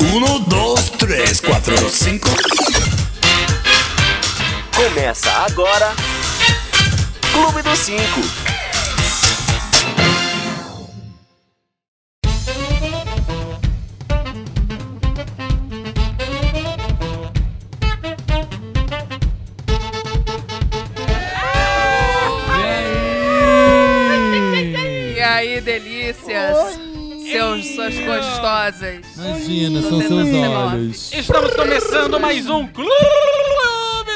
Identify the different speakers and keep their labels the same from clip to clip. Speaker 1: Um, dois, três, quatro, cinco.
Speaker 2: Começa agora. Clube dos Cinco.
Speaker 3: E aí, delícias? Seus, suas gostosas.
Speaker 4: Imagina, são
Speaker 3: Tô tentando
Speaker 4: seus
Speaker 3: ser móvel.
Speaker 4: olhos.
Speaker 5: Estamos começando mais um Clube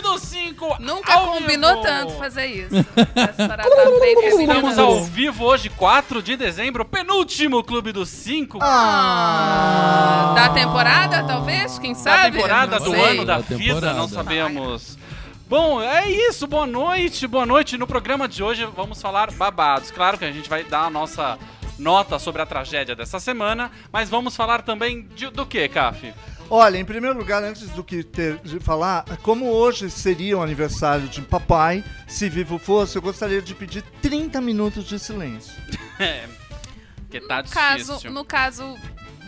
Speaker 5: dos Cinco.
Speaker 3: Nunca
Speaker 5: ao
Speaker 3: combinou
Speaker 5: vivo.
Speaker 3: tanto fazer né, isso. Essa sarada bem
Speaker 5: Estamos ao
Speaker 3: feminina.
Speaker 5: vivo hoje, 4 de dezembro, penúltimo Clube dos Cinco
Speaker 3: Ah, Da temporada, talvez? Quem
Speaker 5: da
Speaker 3: sabe?
Speaker 5: temporada
Speaker 3: Não
Speaker 5: do
Speaker 3: sei.
Speaker 5: ano da,
Speaker 4: Da
Speaker 5: vida,
Speaker 4: temporada.
Speaker 5: não sabemos. Bom, é isso, boa noite, boa noite. No programa de hoje vamos falar babados. Claro que a gente vai dar a nossa nota sobre a tragédia dessa semana, mas vamos falar também de- do que, Caf?
Speaker 6: Olha, em primeiro lugar, antes do que ter de falar, como hoje seria o aniversário de papai, se vivo fosse, eu gostaria de pedir 30 minutos de silêncio.
Speaker 5: É, que tá
Speaker 3: No
Speaker 5: difícil.
Speaker 3: caso, no caso,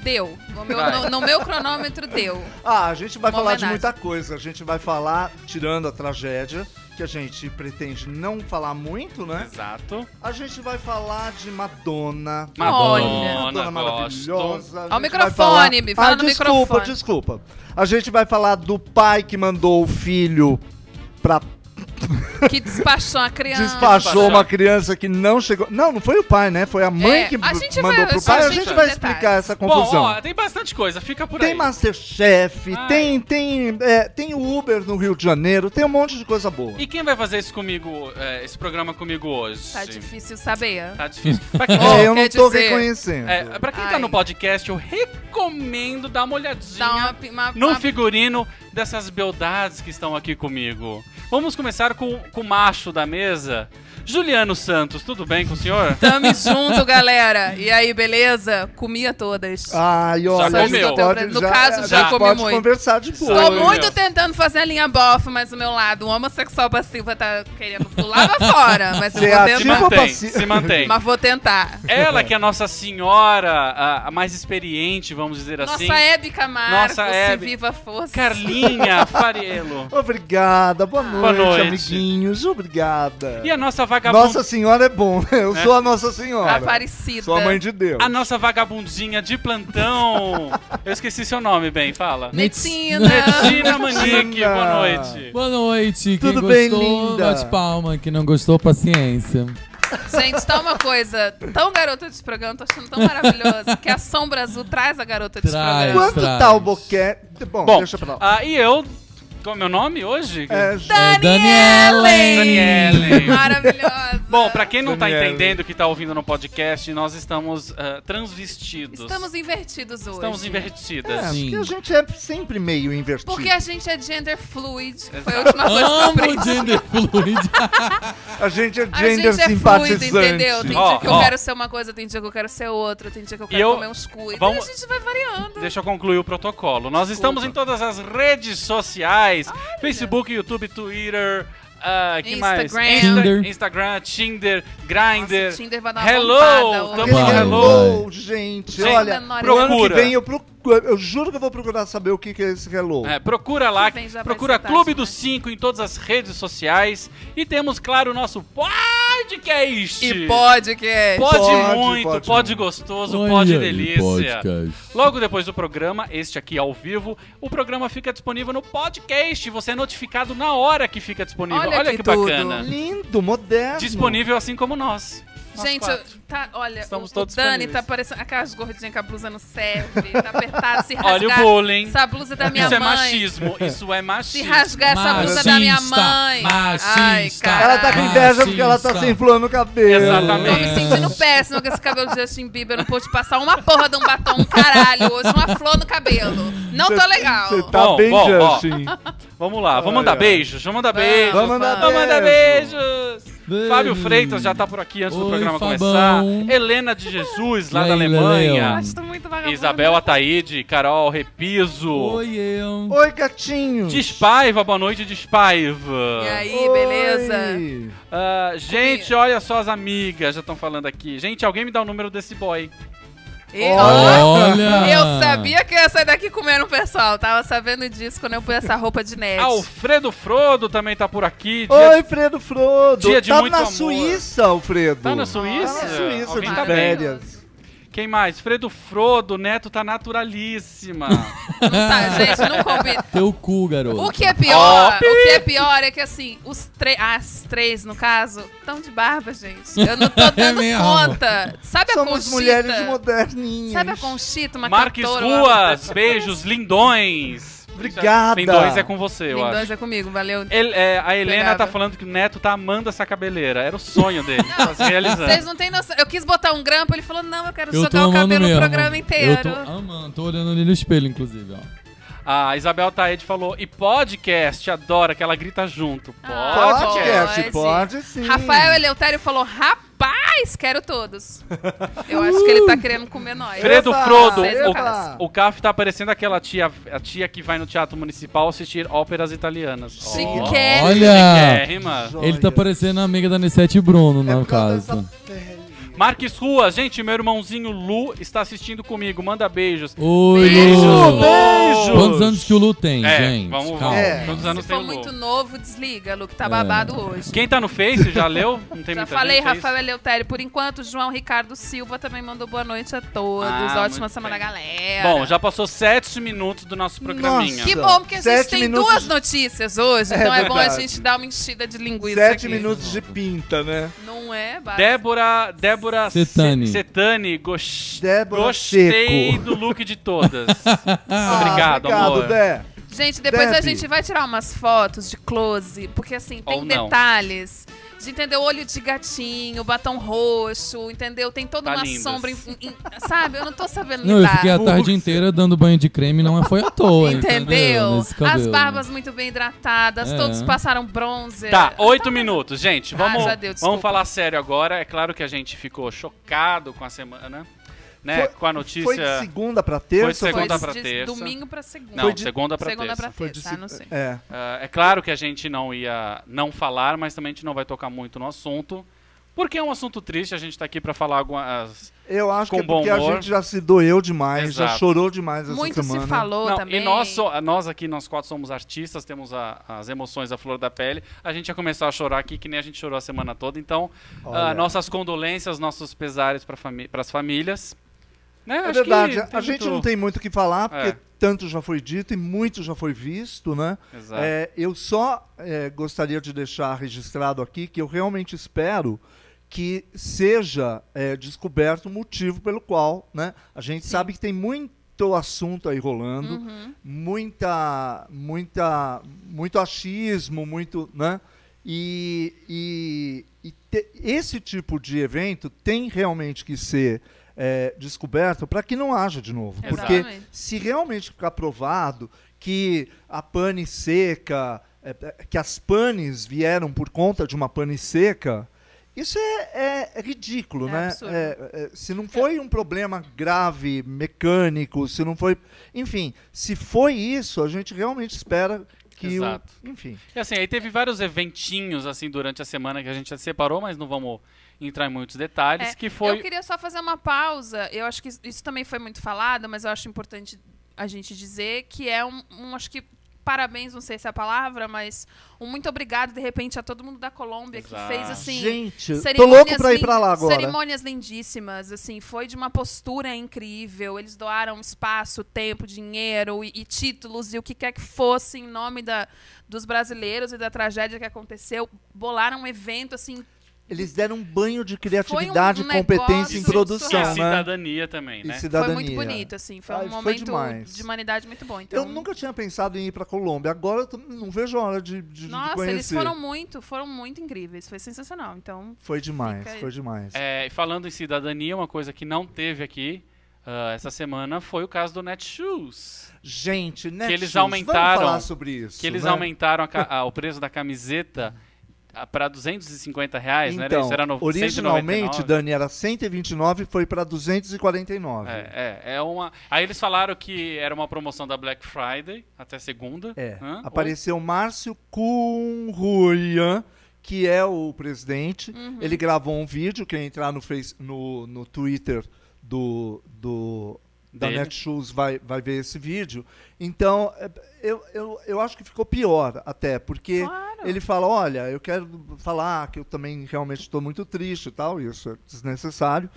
Speaker 3: deu. No meu,
Speaker 5: Vai.
Speaker 3: no- no meu cronômetro, deu.
Speaker 6: Ah, a gente vai
Speaker 3: Uma
Speaker 6: falar
Speaker 3: homenagem.
Speaker 6: de muita coisa. A gente vai falar, tirando a tragédia, que a gente pretende não falar muito, né?
Speaker 5: Exato.
Speaker 6: A gente vai falar de Madonna.
Speaker 3: Olha.
Speaker 5: Madonna, gosto.
Speaker 6: maravilhosa. A
Speaker 3: Ao
Speaker 6: gente vai
Speaker 3: microfone,
Speaker 6: falar-
Speaker 3: me fala
Speaker 6: ah,
Speaker 3: no
Speaker 6: desculpa,
Speaker 3: microfone.
Speaker 6: Desculpa, A gente vai falar do pai que mandou o filho pra
Speaker 3: Que despachou a criança.
Speaker 6: despachou uma criança que não chegou. Não, não foi o pai, né? Foi a mãe
Speaker 3: É,
Speaker 6: que
Speaker 3: a gente
Speaker 6: mandou
Speaker 3: vai-
Speaker 6: pro
Speaker 3: a
Speaker 6: pai. A
Speaker 3: gente
Speaker 6: gente
Speaker 3: vai
Speaker 6: vai
Speaker 3: detalhes.
Speaker 6: explicar essa
Speaker 5: Bom,
Speaker 6: confusão.
Speaker 5: ó, tem bastante coisa, fica por
Speaker 6: tem
Speaker 5: aí.
Speaker 6: Masterchef,
Speaker 5: Ai.
Speaker 6: tem, tem, é, tem o Uber no Rio de Janeiro, tem um monte de coisa boa.
Speaker 5: E quem vai fazer isso comigo, é, esse programa comigo hoje?
Speaker 3: Tá difícil saber.
Speaker 5: Tá difícil. Pra quem,
Speaker 6: É, eu
Speaker 3: quer
Speaker 6: não tô
Speaker 3: dizer,
Speaker 6: reconhecendo.
Speaker 5: é, pra quem tá
Speaker 3: Ai.
Speaker 5: no podcast, eu recomendo dar uma olhadinha
Speaker 3: Dá uma, uma,
Speaker 5: no
Speaker 3: uma
Speaker 5: figurino dessas beldades que estão aqui comigo. Vamos começar com, com o macho da mesa. Juliano Santos, tudo bem com o senhor?
Speaker 3: Tamo junto, galera. E aí, beleza? Comia
Speaker 5: Ah,
Speaker 3: todas.
Speaker 6: Ai, olha, a gente
Speaker 5: comeu.
Speaker 6: pode-
Speaker 3: No caso,
Speaker 6: a
Speaker 3: já
Speaker 6: gente
Speaker 3: comi
Speaker 6: pode
Speaker 3: muito.
Speaker 6: conversar de boa.
Speaker 3: Tô
Speaker 5: Olha.
Speaker 3: muito tentando fazer a linha bofa, mas o meu lado, o homossexual passiva tá querendo pular pra fora. Mas eu vou
Speaker 6: Você é
Speaker 5: Se
Speaker 6: ativo?
Speaker 3: tentar.
Speaker 6: Tipo
Speaker 5: mantém,
Speaker 6: passi-
Speaker 5: se mantém.
Speaker 3: Mas vou tentar.
Speaker 5: Ela que é a Nossa Senhora, a, a mais experiente, vamos dizer assim.
Speaker 3: Nossa é Hebe Camargo,
Speaker 5: Nossa
Speaker 3: se
Speaker 5: Hebe.
Speaker 3: viva força.
Speaker 5: Carlinha Fariello.
Speaker 6: Obrigada, boa noite,
Speaker 5: noite.
Speaker 6: amiguinhos. Obrigada.
Speaker 5: E a nossa vagabunda.
Speaker 6: Nossa Senhora é bom. Eu sou a Nossa Senhora.
Speaker 3: Aparecida.
Speaker 6: Sou a mãe de Deus.
Speaker 5: A nossa vagabundinha de plantão. Eu esqueci seu nome, bem, fala.
Speaker 3: Netina.
Speaker 5: Netina Manique, boa noite.
Speaker 4: Boa noite.
Speaker 6: Tudo
Speaker 4: Quem
Speaker 6: bem,
Speaker 4: gostou,
Speaker 6: linda?
Speaker 4: bate palma. Quem não gostou, paciência.
Speaker 3: Gente, tá uma coisa tão garota de programa, tô achando tão maravilhoso, que a Sombra Azul traz a garota de
Speaker 4: Traz.
Speaker 3: programa.
Speaker 6: Quanto
Speaker 4: Traz.
Speaker 6: tá o boquete? Bom,
Speaker 5: Bom,
Speaker 6: deixa pra lá.
Speaker 5: ah, e eu, qual é meu nome hoje?
Speaker 6: É,
Speaker 4: É
Speaker 3: Daniele!
Speaker 5: Daniele.
Speaker 3: Maravilhosa.
Speaker 5: Bom, pra quem não tá
Speaker 6: Daniele.
Speaker 5: entendendo que tá ouvindo no podcast, nós estamos ah, transvestidos.
Speaker 3: Estamos invertidos hoje.
Speaker 5: Estamos invertidas.
Speaker 6: É,
Speaker 4: Sim.
Speaker 6: porque a gente é sempre meio invertido.
Speaker 3: Porque a gente é gender fluid. que Foi a última coisa que eu
Speaker 4: Amo
Speaker 3: aprendi.
Speaker 4: gender fluid.
Speaker 6: A gente é
Speaker 3: A
Speaker 6: gender
Speaker 3: gente é fluido,
Speaker 6: simpatizante.
Speaker 3: entendeu? Tem
Speaker 5: Ó,
Speaker 3: dia que eu
Speaker 5: ó.
Speaker 3: quero ser uma coisa, tem dia que eu quero ser outra, tem dia que eu quero
Speaker 5: eu-
Speaker 3: comer uns cuidos.
Speaker 5: vamos-
Speaker 3: E a gente vai variando.
Speaker 5: Deixa eu concluir o protocolo. Nós estamos em todas as redes sociais: Facebook, YouTube, Twitter. ah, que
Speaker 3: Instagram.
Speaker 5: mais? Insta-
Speaker 4: Tinder.
Speaker 5: Instagram, Tinder, Grindr.
Speaker 3: Nossa, o Tinder vai dar uma
Speaker 5: Hello,
Speaker 3: bombada hoje.
Speaker 5: tamo
Speaker 4: Vai,
Speaker 5: no Hello.
Speaker 6: Hello, gente.
Speaker 5: Gente,
Speaker 6: olha,
Speaker 3: menor
Speaker 6: pro ano que
Speaker 5: procura.
Speaker 6: vem eu procuro. Eu juro que eu vou procurar saber o que que é esse hello.
Speaker 5: É, procura lá,
Speaker 3: Que vem já
Speaker 5: procura
Speaker 3: apresentado,
Speaker 5: Clube
Speaker 3: né?
Speaker 5: dos Cinco em todas as redes sociais. E temos, claro, o nosso podcast.
Speaker 3: E podcast.
Speaker 5: Pode,
Speaker 6: Pode,
Speaker 5: muito, pode,
Speaker 6: pode
Speaker 5: gostoso,
Speaker 4: Olha
Speaker 5: pode
Speaker 4: aí,
Speaker 5: delícia.
Speaker 4: podcast.
Speaker 5: Logo depois do programa, este aqui ao vivo, o programa fica disponível no podcast. Você é notificado na hora que fica disponível.
Speaker 3: Olha
Speaker 5: Olha,
Speaker 3: que
Speaker 5: que,
Speaker 3: tudo.
Speaker 5: bacana.
Speaker 6: Lindo, moderno.
Speaker 5: Disponível assim como nós. Nós
Speaker 3: Gente, eu-
Speaker 5: quatro.
Speaker 3: tá, olha,
Speaker 5: Estamos
Speaker 3: o, o
Speaker 5: todos
Speaker 3: Dani
Speaker 5: disponíveis.
Speaker 3: tá parecendo aquelas gordinhas que a blusa não serve, tá apertada, se rasgar.
Speaker 5: Olha o bullying.
Speaker 3: Essa blusa da minha
Speaker 5: Isso é
Speaker 3: mãe.
Speaker 5: machismo. Isso é
Speaker 3: Se
Speaker 5: machismo.
Speaker 3: rasgar essa blusa da minha
Speaker 4: Machista,
Speaker 3: mãe. Ai,
Speaker 4: machista.
Speaker 3: cara.
Speaker 6: Ela tá com inveja
Speaker 4: Machista.
Speaker 6: porque ela tá sem flor no cabelo.
Speaker 3: Tô
Speaker 5: Exatamente.
Speaker 3: me sentindo péssima com esse cabelo de Justin Bieber. Não pude passar uma porra de um batom, caralho. Hoje uma flor no cabelo. Não tô legal.
Speaker 6: Você tá
Speaker 5: Bom,
Speaker 6: bem,
Speaker 5: bom, ó.
Speaker 6: Justin.
Speaker 5: Vamos lá, vamos
Speaker 6: Ai,
Speaker 5: mandar
Speaker 6: ai.
Speaker 5: beijos. Vamos mandar beijos.
Speaker 6: Vamos mandar
Speaker 5: Vamos mandar
Speaker 6: beijo.
Speaker 5: beijos.
Speaker 4: Beijo.
Speaker 5: Fábio Freitas já tá por aqui antes do
Speaker 4: Oi,
Speaker 5: programa
Speaker 4: Fabão.
Speaker 5: começar. Helena de Jesus, lá
Speaker 4: E aí,
Speaker 5: da Alemanha.
Speaker 4: Leleu?
Speaker 3: Tô muito vagabundo.
Speaker 5: Isabel Ataíde, Carol Repiso.
Speaker 4: Oi, eu.
Speaker 6: Oi, gatinho.
Speaker 5: Despaiva, boa noite, Despaiva.
Speaker 3: E aí,
Speaker 6: Oi.
Speaker 3: beleza?
Speaker 5: Ah, gente, olha só as amigas já estão falando aqui. Gente, alguém me dá o número desse boy.
Speaker 3: E, ó,
Speaker 4: Olha!
Speaker 3: eu sabia que eu ia sair daqui comendo o pessoal. Tava sabendo disso quando eu pus essa roupa de nerd.
Speaker 5: Alfredo Frodo também tá por aqui. Dia-
Speaker 6: Oi, Fredo Frodo.
Speaker 5: Dia de
Speaker 6: tá
Speaker 5: muito
Speaker 6: na
Speaker 5: amor.
Speaker 6: Suíça, Alfredo.
Speaker 5: Tá na Suíça?
Speaker 6: Tá na Suíça,
Speaker 5: Alguém
Speaker 6: de
Speaker 5: tá bem?
Speaker 6: férias.
Speaker 5: Quem mais? Fredo Frodo, Neto tá naturalíssima.
Speaker 3: Não tá, gente, não combina.
Speaker 4: Teu cu, garoto.
Speaker 3: O que é pior, o que é pior é que assim, os tre- as três, no caso, estão de barba, gente. Eu não
Speaker 5: É
Speaker 3: tô dando
Speaker 4: mesmo.
Speaker 3: conta. Sabe a
Speaker 6: Somos
Speaker 3: Conchita?
Speaker 6: mulheres moderninhas.
Speaker 3: Sabe a Conchita, uma
Speaker 5: Marques
Speaker 3: cantora? lá-
Speaker 5: Ruas, beijos, lindões.
Speaker 6: Obrigada.
Speaker 5: Lindões é com você, eu acho.
Speaker 3: Lindões é comigo, valeu.
Speaker 5: Ele- é, a Helena
Speaker 3: Pegava.
Speaker 5: tá falando que o Neto tá amando essa cabeleira. Era o sonho dele. tá se realizando.
Speaker 3: Vocês não têm noção. Eu quis botar um grampo, ele falou, não, eu quero
Speaker 4: Eu tô
Speaker 3: jogar o
Speaker 4: amando
Speaker 3: cabelo no
Speaker 4: mesmo.
Speaker 3: programa inteiro.
Speaker 4: Eu tô amando, tô olhando ali no espelho, inclusive, ó.
Speaker 5: A Isabel Taede falou, e podcast, adora que ela grita junto.
Speaker 3: Ah,
Speaker 5: Podcast.
Speaker 6: Podcast,
Speaker 3: pode.
Speaker 6: pode sim.
Speaker 3: Rafael Eleutério falou, rapaz, quero todos. Eu acho que ele tá querendo comer nós.
Speaker 5: Fredo
Speaker 6: Eba,
Speaker 5: Frodo,
Speaker 6: eba.
Speaker 5: o, o Caf tá parecendo aquela tia, a tia que vai no teatro municipal assistir óperas italianas.
Speaker 3: Chiquérrimo.
Speaker 4: Olha!
Speaker 5: Chiquérrima.
Speaker 6: Joias.
Speaker 4: Ele tá parecendo a amiga da Anissete Bruno,
Speaker 6: É
Speaker 4: no
Speaker 6: por causa
Speaker 4: caso.
Speaker 6: dessa pele.
Speaker 5: Marques Ruas, gente, meu irmãozinho Lu está assistindo comigo, manda beijos.
Speaker 4: Oi,
Speaker 5: Beijo,
Speaker 4: Lu!
Speaker 5: beijo!
Speaker 4: Quantos anos que o Lu tem,
Speaker 5: é,
Speaker 4: gente?
Speaker 5: Vamos, vamos.
Speaker 4: Calma.
Speaker 6: É.
Speaker 5: Quantos
Speaker 3: Se
Speaker 5: anos tem
Speaker 3: for
Speaker 5: o Lu?
Speaker 3: muito novo, desliga, Lu, que tá babado hoje.
Speaker 5: Quem tá no Face já leu? Não tem
Speaker 3: Já
Speaker 5: muita
Speaker 3: falei,
Speaker 5: gente, é isso?
Speaker 3: Rafael Eleutério. Por enquanto, João Ricardo Silva também mandou boa noite a todos.
Speaker 5: Ah,
Speaker 3: Ótima
Speaker 5: muito
Speaker 3: semana,
Speaker 5: bem.
Speaker 3: galera.
Speaker 5: Bom, já passou sete minutos do nosso programinha.
Speaker 3: Que
Speaker 6: Então,
Speaker 3: bom, porque a gente
Speaker 6: sete
Speaker 3: tem
Speaker 6: minutos-
Speaker 3: duas notícias hoje,
Speaker 6: É
Speaker 3: então é bom a
Speaker 6: verdade.
Speaker 3: gente dar uma enchida de linguiça
Speaker 6: Sete
Speaker 3: aqui.
Speaker 6: minutos de pinta, né?
Speaker 3: Não é, básico.
Speaker 5: Débora, Débora
Speaker 4: Cetani.
Speaker 5: Ce- Cetani, gos-
Speaker 6: Débora
Speaker 5: gostei
Speaker 6: Seco.
Speaker 5: do look de todas. obrigado,
Speaker 6: Ah,
Speaker 5: amor.
Speaker 6: Obrigado, Dé.
Speaker 3: Gente, depois a
Speaker 6: Deb.
Speaker 3: gente vai tirar umas fotos de close, porque assim, tem
Speaker 5: Ou não.
Speaker 3: detalhes. De entender olho de gatinho, batom roxo, entendeu? Tem toda
Speaker 5: Tá
Speaker 3: uma
Speaker 5: lindas.
Speaker 3: sombra. em- em- sabe? Eu não tô sabendo
Speaker 4: Não, eu
Speaker 3: lidar.
Speaker 4: fiquei a tarde
Speaker 6: Fúcsia.
Speaker 4: inteira dando banho de creme, não foi à toa, entendeu?
Speaker 3: Tá. Entendeu?
Speaker 4: Nesse cabelo.
Speaker 3: As barbas muito bem hidratadas,
Speaker 4: É.
Speaker 3: todos passaram bronze.
Speaker 5: Tá, oito minutos, gente.
Speaker 3: Ah,
Speaker 5: Vamos,
Speaker 3: já deu, desculpa.
Speaker 5: vamos falar sério agora. É claro que a gente ficou chocado com a semana, né?
Speaker 6: Foi-
Speaker 5: com a notícia.
Speaker 6: Foi de segunda pra terça?
Speaker 5: Foi de
Speaker 3: Foi
Speaker 5: é segunda
Speaker 3: de-
Speaker 5: pra
Speaker 3: de
Speaker 5: terça.
Speaker 3: Domingo pra segunda.
Speaker 5: Não, segunda pra terça.
Speaker 3: pra
Speaker 6: Foi de
Speaker 3: terça,
Speaker 6: se-
Speaker 3: ah, não sei.
Speaker 6: É.
Speaker 5: Ah, é claro que a gente não ia não falar, mas também a gente não vai tocar muito no assunto. Porque é um assunto triste, a gente tá aqui pra falar algumas.
Speaker 6: Eu acho
Speaker 5: Com
Speaker 6: que é porque
Speaker 5: bom humor.
Speaker 6: a gente já se doeu demais, já
Speaker 5: Exato.
Speaker 6: chorou demais essa
Speaker 3: Muito
Speaker 6: semana.
Speaker 3: se falou
Speaker 5: Não,
Speaker 3: também.
Speaker 5: e nós, so- nós aqui, nós quatro somos artistas, temos a- as emoções à flor da pele. A gente ia começar a chorar aqui, que nem a gente chorou a semana toda. Então, ah,
Speaker 6: Olha.
Speaker 5: nossas condolências, nossos pesares para fami as famílias. Né?
Speaker 6: É
Speaker 5: Acho que
Speaker 6: verdade,
Speaker 5: tem
Speaker 6: a gente
Speaker 5: muito-
Speaker 6: não tem muito o que falar, porque
Speaker 5: É.
Speaker 6: tanto já foi dito e muito já foi visto, né?
Speaker 5: Exato.
Speaker 6: É, eu só é, gostaria de deixar registrado aqui que eu realmente espero que seja é, descoberto o motivo pelo qual, né? A gente sabe que tem muito assunto aí rolando, muita, muita, muito achismo, muito, né? E, e- e te- esse tipo de evento tem realmente que ser é, descoberto para que não haja de novo, porque
Speaker 3: Exatamente.
Speaker 6: se realmente ficar provado que a pane seca, é, é, que as panes vieram por conta de uma pane seca, isso é, é ridículo,
Speaker 3: É
Speaker 6: né?
Speaker 3: absurdo.
Speaker 6: É, é, se não foi um problema grave, mecânico, se não foi. Enfim, se foi isso, a gente realmente espera que
Speaker 5: Exato.
Speaker 6: o. Enfim.
Speaker 5: E assim, aí teve vários eventinhos assim durante a semana que a gente separou, mas não vamos entrar em muitos detalhes,
Speaker 3: É,
Speaker 5: que foi
Speaker 3: Eu queria só fazer uma pausa. Eu acho que isso- isso também foi muito falado, mas eu acho importante a gente dizer que é um, um, acho que parabéns, não sei se é a palavra, mas um muito obrigado de repente a todo mundo da Colômbia
Speaker 5: Exato.
Speaker 3: que fez assim
Speaker 6: gente, tô
Speaker 3: cerimônias
Speaker 6: louco pra ir
Speaker 3: lin-
Speaker 6: pra lá agora.
Speaker 3: Cerimônias lindíssimas, assim, foi de uma postura incrível. Eles doaram espaço, tempo, dinheiro e, e títulos e o que quer que fosse em nome da, dos brasileiros e da tragédia que aconteceu. Bolaram um evento, assim,
Speaker 6: Eles deram um banho de criatividade,
Speaker 3: um
Speaker 6: competência
Speaker 3: negócio
Speaker 6: em
Speaker 5: e
Speaker 6: produção,
Speaker 3: surreal.
Speaker 6: né?
Speaker 5: cidadania também, né?
Speaker 6: E cidadania.
Speaker 3: Foi muito bonito, assim. Foi
Speaker 6: Ai,
Speaker 3: um
Speaker 6: foi
Speaker 3: momento
Speaker 6: demais.
Speaker 3: de humanidade muito bom. Então,
Speaker 6: Eu nunca tinha pensado em ir pra Colômbia. Agora eu tô- não vejo a hora de, de, de
Speaker 3: Nossa,
Speaker 6: conhecer.
Speaker 3: eles foram muito, foram muito incríveis. Foi sensacional. Então,
Speaker 6: Foi demais,
Speaker 3: Fica aí.
Speaker 6: foi demais.
Speaker 5: É, e falando em cidadania, uma coisa que não teve aqui ah, essa semana foi o caso do Netshoes.
Speaker 6: Gente, né?
Speaker 5: Que eles
Speaker 6: Chus?
Speaker 5: aumentaram-
Speaker 6: Vamos falar sobre isso.
Speaker 5: Que eles
Speaker 6: né?
Speaker 5: aumentaram a ca- a- o preço da camiseta ah, para 250 reais, não era
Speaker 6: Então,
Speaker 5: isso? Era no,
Speaker 6: originalmente,
Speaker 5: 199.
Speaker 6: Dani, era 129 e foi pra 249.
Speaker 5: É, é, é uma. Aí eles falaram que era uma promoção da Black Friday até segunda.
Speaker 6: É.
Speaker 5: Hã?
Speaker 6: Apareceu Márcio Cunhuyan, que é o presidente. Ele gravou um vídeo que entrar no, face, no, no Twitter do, do da
Speaker 5: Dele.
Speaker 6: Netshoes vai, vai ver esse vídeo. Então, é, eu, eu, eu acho que ficou pior até, porque
Speaker 3: Claro.
Speaker 6: ele fala, olha, eu quero falar que eu também realmente estou muito triste e tal, isso é desnecessário,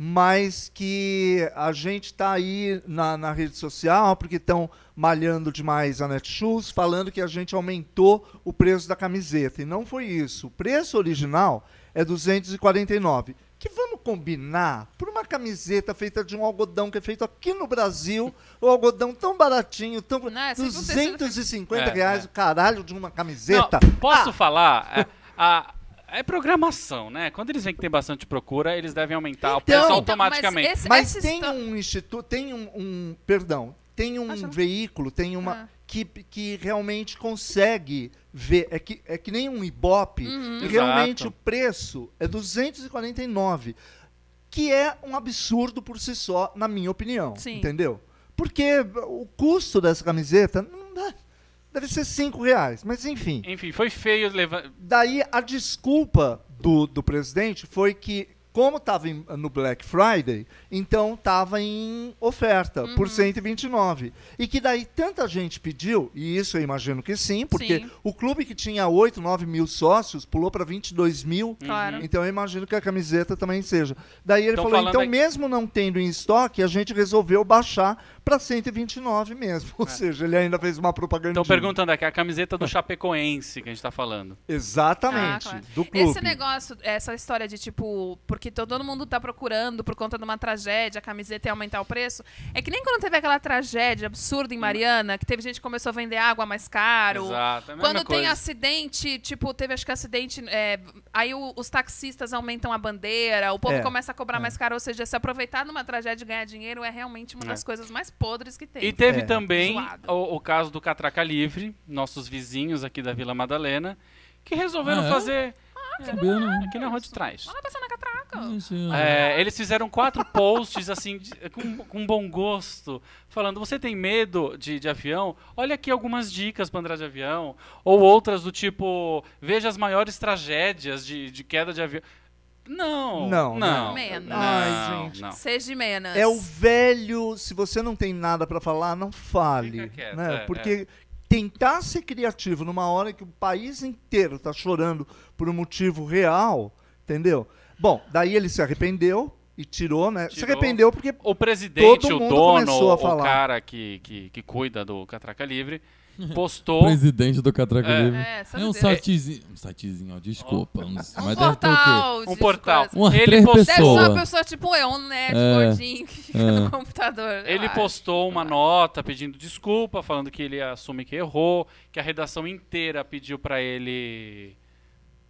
Speaker 6: mas que a gente está aí na, na rede social porque estão malhando demais a Netshoes, falando que a gente aumentou o preço da camiseta. E não foi isso. O preço original é 249. Que vamos combinar por uma camiseta feita de um algodão que é feito aqui no Brasil, o algodão tão baratinho, tão
Speaker 3: Né, sempre um tecido feito-
Speaker 6: 250
Speaker 5: É,
Speaker 6: reais
Speaker 5: é.
Speaker 6: o caralho de uma camiseta.
Speaker 5: Não,
Speaker 6: Ah!
Speaker 5: posso falar? É, a- é programação, né? Quando eles veem que tem bastante procura, eles devem aumentar o
Speaker 6: Então-
Speaker 5: preço
Speaker 6: Então,
Speaker 5: automaticamente.
Speaker 3: Mas, esse,
Speaker 6: Mas
Speaker 3: essa
Speaker 6: tem
Speaker 3: histó-
Speaker 6: um instituto, tem um, um- perdão, tem um
Speaker 3: Ah, chama-
Speaker 6: veículo, tem uma
Speaker 3: Ah.
Speaker 6: que, que realmente consegue ver, é que, é que nem um Ibope,
Speaker 3: Uhum.
Speaker 6: e
Speaker 5: Exato.
Speaker 6: realmente o preço é 249, que é um absurdo por si só, na minha opinião,
Speaker 3: Sim.
Speaker 6: entendeu? Porque o custo dessa camiseta não dá- deve ser 5 reais, mas enfim.
Speaker 5: Enfim, foi feio levar.
Speaker 6: Daí a desculpa do, do presidente foi que, como estava no Black Friday, então estava em oferta por
Speaker 3: Uhum.
Speaker 6: 129. E que daí tanta gente pediu, e isso eu imagino que sim, porque
Speaker 3: Sim.
Speaker 6: o clube que tinha 8, 9 mil sócios pulou para 22 mil.
Speaker 3: Claro.
Speaker 6: Então eu imagino que a camiseta também seja. Daí ele
Speaker 5: Tão
Speaker 6: falou,
Speaker 5: falando
Speaker 6: então
Speaker 5: aí-
Speaker 6: mesmo não tendo em estoque, a gente resolveu baixar para 129 mesmo. Ou seja, ele ainda fez uma propaganda.
Speaker 5: Estão É. perguntando aqui, a camiseta do Chapecoense que a gente tá falando.
Speaker 6: Exatamente,
Speaker 3: Ah, claro.
Speaker 6: do clube.
Speaker 3: Esse negócio, essa história de tipo, porque todo mundo tá procurando por conta de uma tragédia, a camiseta ia aumentar o preço, é que nem quando teve aquela tragédia absurda em Mariana, que teve gente que começou a vender água mais caro.
Speaker 5: Hum. Exato, é a mesma
Speaker 3: Quando tem
Speaker 5: coisa.
Speaker 3: acidente, tipo, teve acho que acidente, é, aí o- os taxistas aumentam a bandeira, o povo
Speaker 6: É,
Speaker 3: começa a cobrar mais caro, ou seja, se aproveitar de uma tragédia e ganhar dinheiro é realmente uma
Speaker 5: É.
Speaker 3: das coisas mais podres que tem.
Speaker 5: E teve
Speaker 6: É.
Speaker 5: também
Speaker 3: Zoado.
Speaker 5: o, o caso do Catraca Livre, nossos vizinhos aqui da Vila Madalena, que resolveram
Speaker 4: Ah, é?
Speaker 5: fazer
Speaker 6: né?
Speaker 4: Sabia, não.
Speaker 5: aqui na rua de trás.
Speaker 3: Olha passar tá na catraca. Ah.
Speaker 5: É, eles fizeram quatro posts assim de- com, com bom gosto, falando: você tem medo de, de avião? Olha aqui algumas dicas para andar de avião, ou outras do tipo: veja as maiores tragédias de, de queda de avião. Não, não,
Speaker 6: Não, não.
Speaker 3: Menos.
Speaker 6: Ai, gente.
Speaker 5: não.
Speaker 3: Seja de menos.
Speaker 6: É o velho, se você não tem nada pra falar, não
Speaker 5: Fica
Speaker 6: fale,
Speaker 5: quieto,
Speaker 6: né?
Speaker 5: é,
Speaker 6: Porque tentar ser criativo numa hora que o país inteiro tá chorando por um motivo real, entendeu? Bom, daí ele se arrependeu e tirou, né? Se
Speaker 5: Tirou.
Speaker 6: arrependeu porque
Speaker 5: O presidente,
Speaker 6: Todo
Speaker 5: o
Speaker 6: mundo
Speaker 5: dono,
Speaker 6: começou a
Speaker 5: o
Speaker 6: falar.
Speaker 5: cara que, que, que cuida do Catraca Livre, postou.
Speaker 4: Presidente do Catraca
Speaker 5: É.
Speaker 4: Livre.
Speaker 3: É, sabe
Speaker 4: É um
Speaker 3: dizer.
Speaker 4: sitezinho. Um sitezinho, ó, desculpa. não sei,
Speaker 3: Um
Speaker 4: mas é- deve ter o quê?
Speaker 3: portal. tipo de-
Speaker 5: Um portal.
Speaker 3: de coisa.
Speaker 4: Umas
Speaker 5: Ele
Speaker 4: três
Speaker 5: postou-
Speaker 3: Deve ser uma
Speaker 4: pessoas.
Speaker 3: pessoa tipo eu, um nerd
Speaker 4: É.
Speaker 3: gordinho que fica no
Speaker 4: É.
Speaker 3: computador. Ah, eu
Speaker 5: Ele
Speaker 3: acho.
Speaker 5: postou uma nota pedindo desculpa, falando que ele assume que errou, que a redação inteira pediu pra ele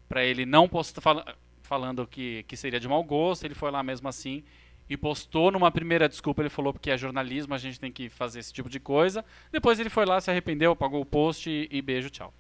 Speaker 5: para ele não postar, fala- falando que, que seria de mau gosto. Ele foi lá mesmo assim e postou numa primeira desculpa. Ele falou porque é jornalismo, a gente tem que fazer esse tipo de coisa. Depois ele foi lá, se arrependeu, apagou o post e, e beijo, tchau.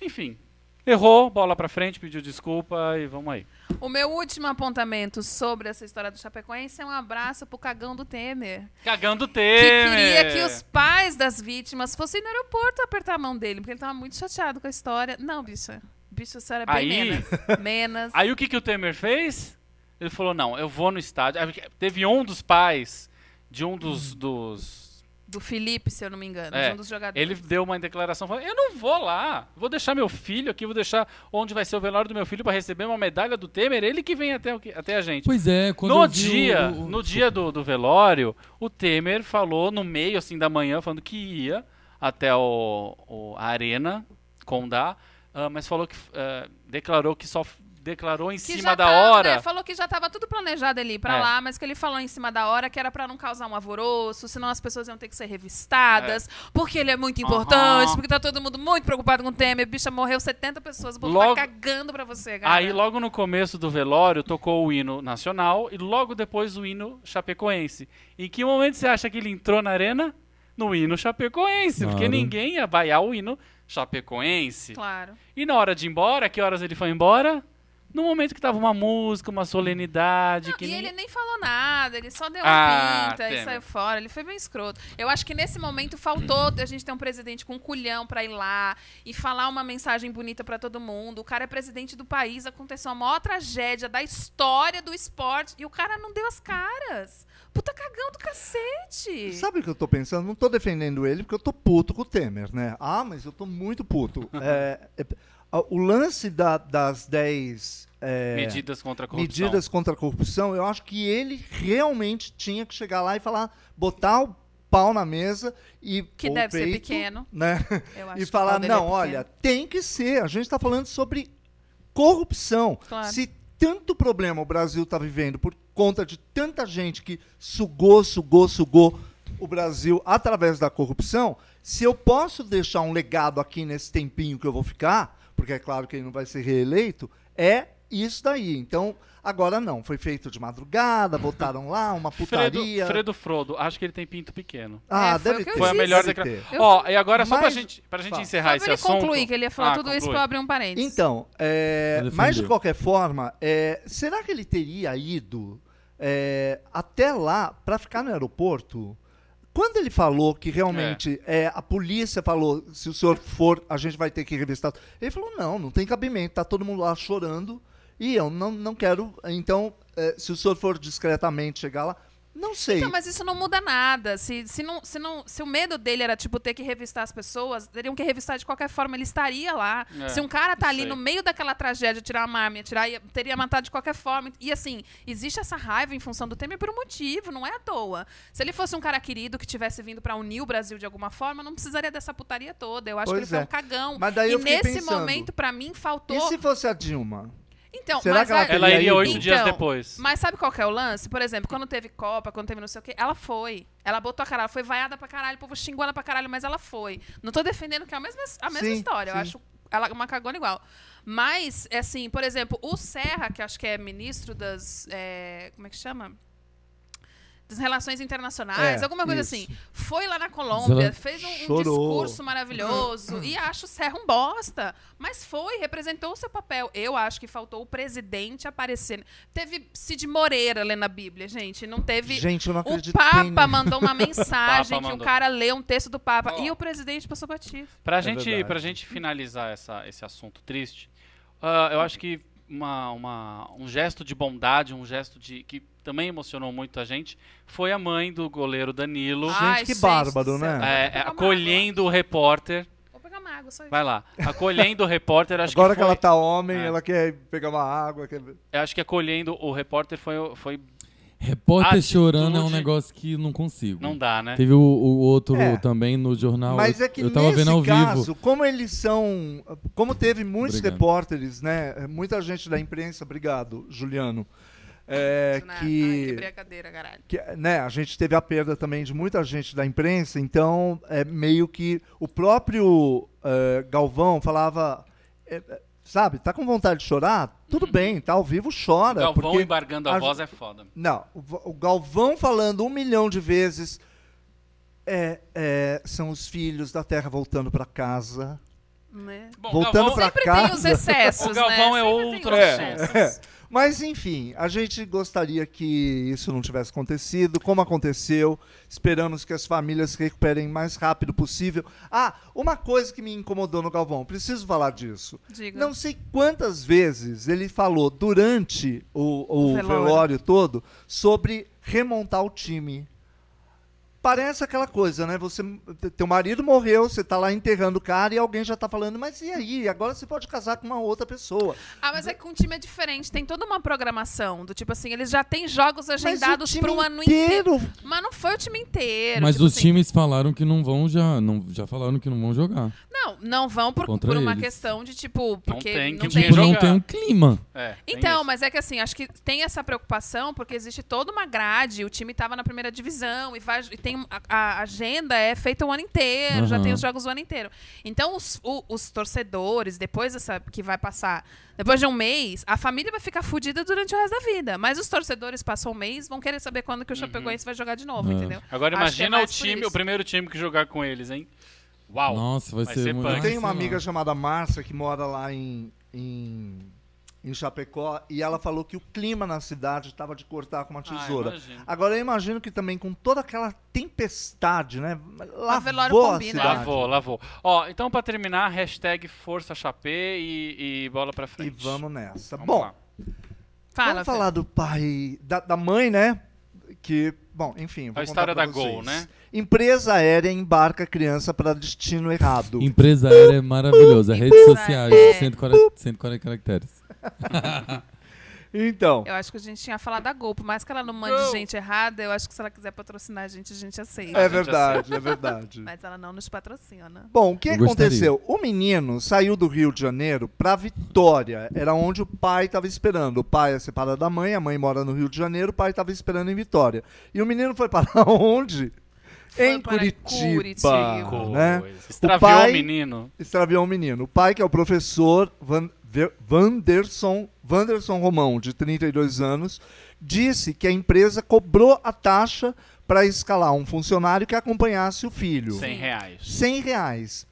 Speaker 5: Enfim, errou, bola pra frente, pediu desculpa e vamos aí.
Speaker 3: O meu último apontamento sobre essa história do Chapecoense é um abraço pro cagão do Temer.
Speaker 5: Cagando o
Speaker 3: Que
Speaker 5: Temer.
Speaker 3: queria
Speaker 5: é.
Speaker 3: que os pais das vítimas fossem no aeroporto apertar a mão dele, porque ele tava muito chateado com a história. Não, bicha. Bicha, você era bem
Speaker 5: Aí-
Speaker 3: menos. Menos.
Speaker 5: Aí o que, que o Temer fez? Ele falou: não, eu vou no estádio. Aí, Teve um dos pais de um
Speaker 4: Hum.
Speaker 5: dos. dos
Speaker 3: Do Felipe, se eu não me engano.
Speaker 5: é,
Speaker 3: de um dos jogadores.
Speaker 5: ele deu uma declaração falando: eu não vou lá, vou deixar meu filho aqui, vou deixar onde vai ser o velório do meu filho pra receber uma medalha do Temer, ele que vem até, o que- até a gente.
Speaker 4: Pois é, quando
Speaker 5: no
Speaker 4: eu vi o-
Speaker 5: dia,
Speaker 4: o-
Speaker 5: no dia do, do velório, o Temer falou no meio assim da manhã, falando que ia até o, o- a arena Condá, ah, mas falou que ah, declarou que só f- declarou em
Speaker 3: Que
Speaker 5: cima
Speaker 3: já
Speaker 4: tá
Speaker 5: da
Speaker 3: tava,
Speaker 5: hora.
Speaker 3: né, Falou que já tava tudo planejado ele ir pra
Speaker 5: É.
Speaker 3: lá, mas que ele falou em cima da hora que era pra não causar um alvoroço, senão as pessoas iam ter que ser revistadas, porque ele é muito importante,
Speaker 5: Aham.
Speaker 3: porque tá todo mundo muito preocupado com o Temer. Bicha, morreu 70 pessoas, o povo
Speaker 5: Logo-
Speaker 3: tá cagando pra você, cara.
Speaker 5: Aí, logo no começo do velório, tocou o hino nacional e logo depois o hino chapecoense. Em que momento você acha que ele entrou na arena? No hino chapecoense, porque
Speaker 4: Claro.
Speaker 5: ninguém ia vaiar o hino chapecoense.
Speaker 3: Claro.
Speaker 5: E na hora de ir embora, que horas ele foi embora? No momento que tava uma música, uma solenidade,
Speaker 3: Não,
Speaker 5: que
Speaker 3: e
Speaker 5: nem-
Speaker 3: ele nem falou nada, ele só deu
Speaker 5: Ah,
Speaker 3: uma pinta
Speaker 5: Temer.
Speaker 3: e saiu fora. Ele foi bem escroto. Eu acho que nesse momento faltou
Speaker 5: Uhum.
Speaker 3: a gente ter um presidente com um culhão pra ir lá e falar uma mensagem bonita pra todo mundo. O cara é presidente do país, aconteceu a maior tragédia da história do esporte e o cara não deu as caras. Puta cagão do cacete.
Speaker 6: Sabe o que eu tô pensando? Não tô defendendo ele porque eu tô puto com o Temer, né? Ah, mas eu tô muito puto. É, é, a- o lance da- das 10 é,
Speaker 5: medidas contra a corrupção.
Speaker 6: medidas contra a corrupção, eu acho que ele realmente tinha que chegar lá e falar, botar o pau na mesa e.
Speaker 3: Que
Speaker 6: ou o
Speaker 3: deve ser
Speaker 6: peito,
Speaker 3: pequeno.
Speaker 6: Né?
Speaker 3: Eu acho
Speaker 6: e
Speaker 3: que o pau
Speaker 6: falar,
Speaker 3: dele é
Speaker 6: não,
Speaker 3: pequeno.
Speaker 6: olha, tem que ser. A gente está falando sobre corrupção.
Speaker 3: Claro.
Speaker 6: Se tanto problema o Brasil está vivendo por conta de tanta gente que sugou, sugou, sugou o Brasil através da corrupção, se eu posso deixar um legado aqui nesse tempinho que eu vou ficar, porque é claro que ele não vai ser reeleito, é isso daí. Então, agora não. Foi feito de madrugada, botaram lá uma
Speaker 5: Fredo,
Speaker 6: putaria.
Speaker 5: Fredo Frodo, acho que ele tem pinto pequeno.
Speaker 6: Ah,
Speaker 3: É, foi
Speaker 6: deve
Speaker 3: o que eu
Speaker 6: ter.
Speaker 5: Foi a
Speaker 3: disse.
Speaker 5: melhor
Speaker 6: deve ter.
Speaker 5: declaração.
Speaker 3: Eu-
Speaker 5: Ó, e agora só pra
Speaker 6: Mas-
Speaker 5: gente, pra gente
Speaker 6: Fala.
Speaker 5: encerrar
Speaker 3: Só
Speaker 5: Ah, esse
Speaker 3: pra ele
Speaker 5: assunto.
Speaker 3: concluir, que ele ia falar
Speaker 5: Ah,
Speaker 3: tudo isso
Speaker 5: conclui.
Speaker 3: pra abrir um parênteses.
Speaker 6: Então, é,
Speaker 4: Ele
Speaker 6: mas de
Speaker 4: defendeu.
Speaker 6: qualquer forma, é, será que ele teria ido é, até lá para ficar no aeroporto? Quando ele falou que realmente é, a polícia falou, se o senhor for, a gente vai ter que revistar. Ele falou, não, não tem cabimento, tá todo mundo lá chorando e eu não, não quero. Então, é, se o senhor for discretamente chegar lá, não sei.
Speaker 3: Então, mas isso não muda nada. Se, se, não, se, não, se o medo dele era, tipo, ter que revistar as pessoas, teriam que revistar de qualquer forma, ele estaria lá.
Speaker 5: É,
Speaker 3: se um cara tá ali
Speaker 5: sei.
Speaker 3: no meio daquela tragédia, tirar uma arma, tirar, teria matado de qualquer forma. E assim, existe essa raiva em função do Temer por um motivo, não é à toa. Se ele fosse um cara querido que tivesse vindo pra unir o Brasil de alguma forma, não precisaria dessa putaria toda. Eu acho
Speaker 6: Pois
Speaker 3: que ele foi
Speaker 6: é.
Speaker 3: um cagão.
Speaker 6: Mas daí
Speaker 3: e
Speaker 6: eu fiquei
Speaker 3: nesse
Speaker 6: pensando,
Speaker 3: momento, pra mim, faltou.
Speaker 6: E se fosse a Dilma?
Speaker 3: Então,
Speaker 6: Será
Speaker 3: mas
Speaker 6: que ela
Speaker 3: a-
Speaker 6: teria
Speaker 5: Ela iria
Speaker 6: ido?
Speaker 5: oito dias
Speaker 3: Então,
Speaker 5: depois.
Speaker 3: mas sabe qual que é o lance? Por exemplo, quando teve Copa, quando teve não sei o quê, ela foi. Ela botou a cara, ela foi vaiada pra caralho, o povo xingou ela pra caralho, mas ela foi. Não tô defendendo que é a mesma, a mesma
Speaker 6: Sim,
Speaker 3: história.
Speaker 6: sim.
Speaker 3: Eu acho ela uma cagona igual. Mas, é assim, por exemplo, o Serra, que acho que é ministro das. é, como é que chama? Das relações internacionais,
Speaker 6: É,
Speaker 3: alguma coisa
Speaker 6: isso.
Speaker 3: assim. Foi lá na Colômbia,
Speaker 4: Zela-
Speaker 3: fez um, um
Speaker 6: Chorou.
Speaker 3: discurso maravilhoso e acho o Serra um bosta. Mas foi, representou o seu papel. Eu acho que faltou o presidente aparecer. Teve Cid Moreira lendo a Bíblia, gente. Não teve.
Speaker 6: Gente, eu não
Speaker 3: o
Speaker 6: acredito.
Speaker 3: Papa
Speaker 6: nem-
Speaker 3: mandou uma mensagem
Speaker 5: Papa
Speaker 3: que
Speaker 5: mandou.
Speaker 3: o cara lê um texto do Papa.
Speaker 5: Ó.
Speaker 3: E o presidente passou batido.
Speaker 5: Pra, gente,
Speaker 6: É verdade.
Speaker 5: pra gente finalizar essa, esse assunto triste, ah, eu acho que uma, uma- um gesto de bondade, um gesto de que também emocionou muito a gente, foi a mãe do goleiro Danilo
Speaker 3: Ai,
Speaker 6: que
Speaker 3: do céu.
Speaker 6: bárbaro, né?
Speaker 5: é, é,
Speaker 3: Vou pegar uma
Speaker 5: acolhendo o repórter.
Speaker 3: água. Vou pegar uma água, só isso.
Speaker 5: Vai lá. Acolhendo o repórter, acho
Speaker 6: Agora que,
Speaker 5: que foi-
Speaker 6: ela tá homem,
Speaker 5: É.
Speaker 6: ela quer pegar uma água. Quer...
Speaker 5: Eu acho que acolhendo o repórter foi, foi
Speaker 4: Repórter
Speaker 5: Atitude-
Speaker 4: chorando é um negócio que não consigo.
Speaker 5: não dá, né?
Speaker 4: Teve o, o outro
Speaker 6: É.
Speaker 4: também no jornal.
Speaker 6: Mas
Speaker 4: Ah, eu,
Speaker 6: é que
Speaker 4: eu tava
Speaker 6: nesse
Speaker 4: vendo ao
Speaker 6: caso,
Speaker 4: vivo.
Speaker 6: como eles são, como teve muitos
Speaker 4: Obrigado.
Speaker 6: repórteres, né, muita gente da imprensa, obrigado, Juliano, é,
Speaker 3: Na- Ai,
Speaker 6: que,
Speaker 3: quebrei a cadeira, caralho.
Speaker 6: que, né, a gente teve a perda também de muita gente da imprensa, então é meio que o próprio é, Galvão falava, é, é, sabe, tá com vontade de chorar, tudo bem, tá ao vivo chora,
Speaker 5: Galvão
Speaker 6: porque
Speaker 5: embargando a,
Speaker 6: a-
Speaker 5: voz é foda.
Speaker 6: não, o Va- o Galvão falando um milhão de vezes. É, é, são os filhos da terra voltando pra casa.
Speaker 3: Né?
Speaker 5: Bom,
Speaker 6: Voltando
Speaker 5: Galvão-
Speaker 6: pra
Speaker 3: Sempre
Speaker 6: casa.
Speaker 3: tem os excessos,
Speaker 5: O Galvão
Speaker 3: né?
Speaker 5: é
Speaker 3: Sempre tem
Speaker 5: outro
Speaker 3: os
Speaker 5: assunto.
Speaker 3: excessos.
Speaker 6: Mas enfim, a gente gostaria que isso não tivesse acontecido, como aconteceu. Esperamos que as famílias se recuperem o mais rápido possível. Ah, uma coisa que me incomodou no Galvão, preciso falar disso.
Speaker 3: Diga.
Speaker 6: Não sei quantas vezes ele falou durante o, o
Speaker 3: O
Speaker 6: velório.
Speaker 3: velório.
Speaker 6: todo sobre remontar o time. Parece aquela coisa, né? Você, teu marido morreu, você tá lá enterrando o cara e alguém já tá falando, mas e aí? Agora você pode casar com uma outra pessoa.
Speaker 3: Ah, mas é que um time é diferente. Tem toda uma programação. Do tipo assim, eles já têm jogos agendados
Speaker 6: time
Speaker 3: pro ano
Speaker 6: inteiro-
Speaker 3: inteiro. Mas não foi o time inteiro.
Speaker 4: Mas
Speaker 3: tipo
Speaker 4: os
Speaker 3: assim,
Speaker 4: times falaram que não vão já. Não, já falaram que não vão jogar.
Speaker 3: Não, não vão por,
Speaker 4: Contra
Speaker 3: por uma
Speaker 4: eles.
Speaker 3: questão de tipo. Porque
Speaker 5: tem, que
Speaker 3: não
Speaker 5: time
Speaker 3: tem
Speaker 4: Tipo, não
Speaker 5: jogar.
Speaker 4: tem um clima.
Speaker 5: É, tem
Speaker 3: Então,
Speaker 5: isso.
Speaker 3: mas é que assim, acho que tem essa preocupação, porque existe toda uma grade, o time tava na primeira divisão e, vai, e tem a, a agenda é feita o ano inteiro, já
Speaker 4: Aham.
Speaker 3: tem os jogos o ano inteiro. Então, os, o- os torcedores, depois dessa que vai passar, depois de um mês, a família vai ficar fudida durante o resto da vida. Mas os torcedores passam um mês, vão querer saber quando que o Chapecoense vai jogar de novo,
Speaker 4: É.
Speaker 3: entendeu?
Speaker 5: Agora
Speaker 3: Acho que é
Speaker 5: imagina o
Speaker 3: mais por
Speaker 5: time,
Speaker 3: isso.
Speaker 5: o primeiro time que jogar com eles, hein? Uau.
Speaker 4: Nossa, vai,
Speaker 5: Vai
Speaker 4: ser,
Speaker 5: ser
Speaker 4: muito.
Speaker 5: punk.
Speaker 6: Eu
Speaker 5: Ah,
Speaker 6: tenho uma
Speaker 4: sei lá.
Speaker 6: amiga chamada Márcia que mora lá em, em em Chapecó, e ela falou que o clima na cidade estava de cortar
Speaker 5: Ah,
Speaker 6: com uma tesoura.
Speaker 5: imagino.
Speaker 6: Agora eu imagino que também com toda aquela tempestade, né?
Speaker 3: velório
Speaker 6: Lavou a,
Speaker 3: combina, né?
Speaker 6: cidade.
Speaker 5: Lavou, lavou. Ó, então pra terminar, hashtag Força Chapê e, e bola pra
Speaker 6: E
Speaker 5: frente.
Speaker 6: vamos nessa.
Speaker 5: Vamos
Speaker 6: Bom,
Speaker 5: lá.
Speaker 3: Fala,
Speaker 6: vamos falar do pai, da, da mãe, né? Que, bom, enfim.
Speaker 5: A
Speaker 6: vou contar
Speaker 5: história
Speaker 6: pra
Speaker 5: da Gol,
Speaker 6: vocês.
Speaker 5: né?
Speaker 6: Empresa aérea embarca criança para destino errado.
Speaker 4: Empresa aérea é maravilhosa. Redes
Speaker 3: Empresa
Speaker 4: sociais,
Speaker 3: aérea.
Speaker 4: 140, 140 caracteres.
Speaker 6: Então,
Speaker 3: Eu acho que a gente tinha falado da Gol. Por mais que ela não mande
Speaker 5: Gol.
Speaker 3: gente errada, eu acho que se ela quiser patrocinar a gente, a gente aceita.
Speaker 6: é
Speaker 5: gente
Speaker 6: verdade, é verdade.
Speaker 3: Mas ela não nos patrocina.
Speaker 6: Bom, o que
Speaker 4: Eu gostaria.
Speaker 6: aconteceu? O menino saiu do Rio de Janeiro para Vitória. Era onde o pai estava esperando. O pai é separado da mãe, a mãe mora no Rio de Janeiro, o pai estava esperando em Vitória. E o menino foi para onde?
Speaker 3: Foi
Speaker 6: em
Speaker 3: para
Speaker 6: Curitiba,
Speaker 3: Curitiba.
Speaker 6: né?
Speaker 5: Coisa. Extraviou o,
Speaker 6: pai-
Speaker 5: menino.
Speaker 6: Extraviou o menino. O pai, que é o professor Van, Ver- Vanderson, Vanderson Romão, de 32 anos, disse que a empresa cobrou a taxa para escalar um funcionário que acompanhasse o filho.
Speaker 5: 100 reais.
Speaker 6: 100 reais.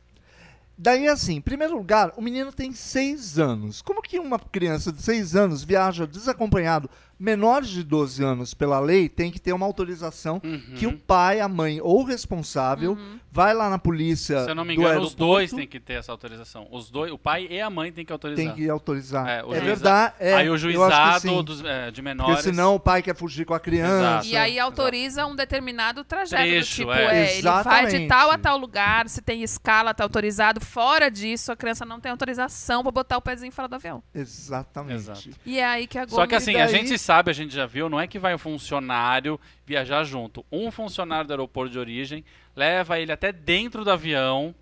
Speaker 6: Daí, assim, em primeiro lugar, o menino tem 6 anos. Como que uma criança de 6 anos viaja desacompanhado, menores de 12 anos, pela lei, tem que ter uma autorização
Speaker 5: Uhum.
Speaker 6: que o pai, a mãe ou o responsável
Speaker 3: Uhum.
Speaker 6: vai lá na polícia
Speaker 5: Se eu não me
Speaker 6: do
Speaker 5: engano, os
Speaker 6: aeroporto,
Speaker 5: dois têm que ter essa autorização. Os dois, o pai e a mãe têm que autorizar.
Speaker 6: tem que autorizar.
Speaker 5: É,
Speaker 6: É,
Speaker 5: o juiza-
Speaker 6: verdade. é,
Speaker 5: Aí
Speaker 6: eu
Speaker 5: o
Speaker 6: acho que
Speaker 5: juizado
Speaker 6: sim.
Speaker 5: dos, é, de menores.
Speaker 6: Porque senão o pai quer fugir com a criança.
Speaker 5: Exato.
Speaker 3: E aí autoriza um determinado trajeto.
Speaker 5: Trecho,
Speaker 3: do tipo,
Speaker 5: é.
Speaker 3: é, ele vai de
Speaker 6: Exatamente.
Speaker 3: tal a tal lugar, se tem escala, tá autorizado. Fora disso, a criança não tem autorização pra botar o pezinho fora do avião.
Speaker 6: Exatamente.
Speaker 5: Exato.
Speaker 3: E é aí que a Gol
Speaker 5: Só que assim, a
Speaker 6: daí-
Speaker 5: gente sabe, a gente já viu, não é que vai um funcionário viajar junto. Um funcionário do aeroporto de origem leva ele até dentro do avião,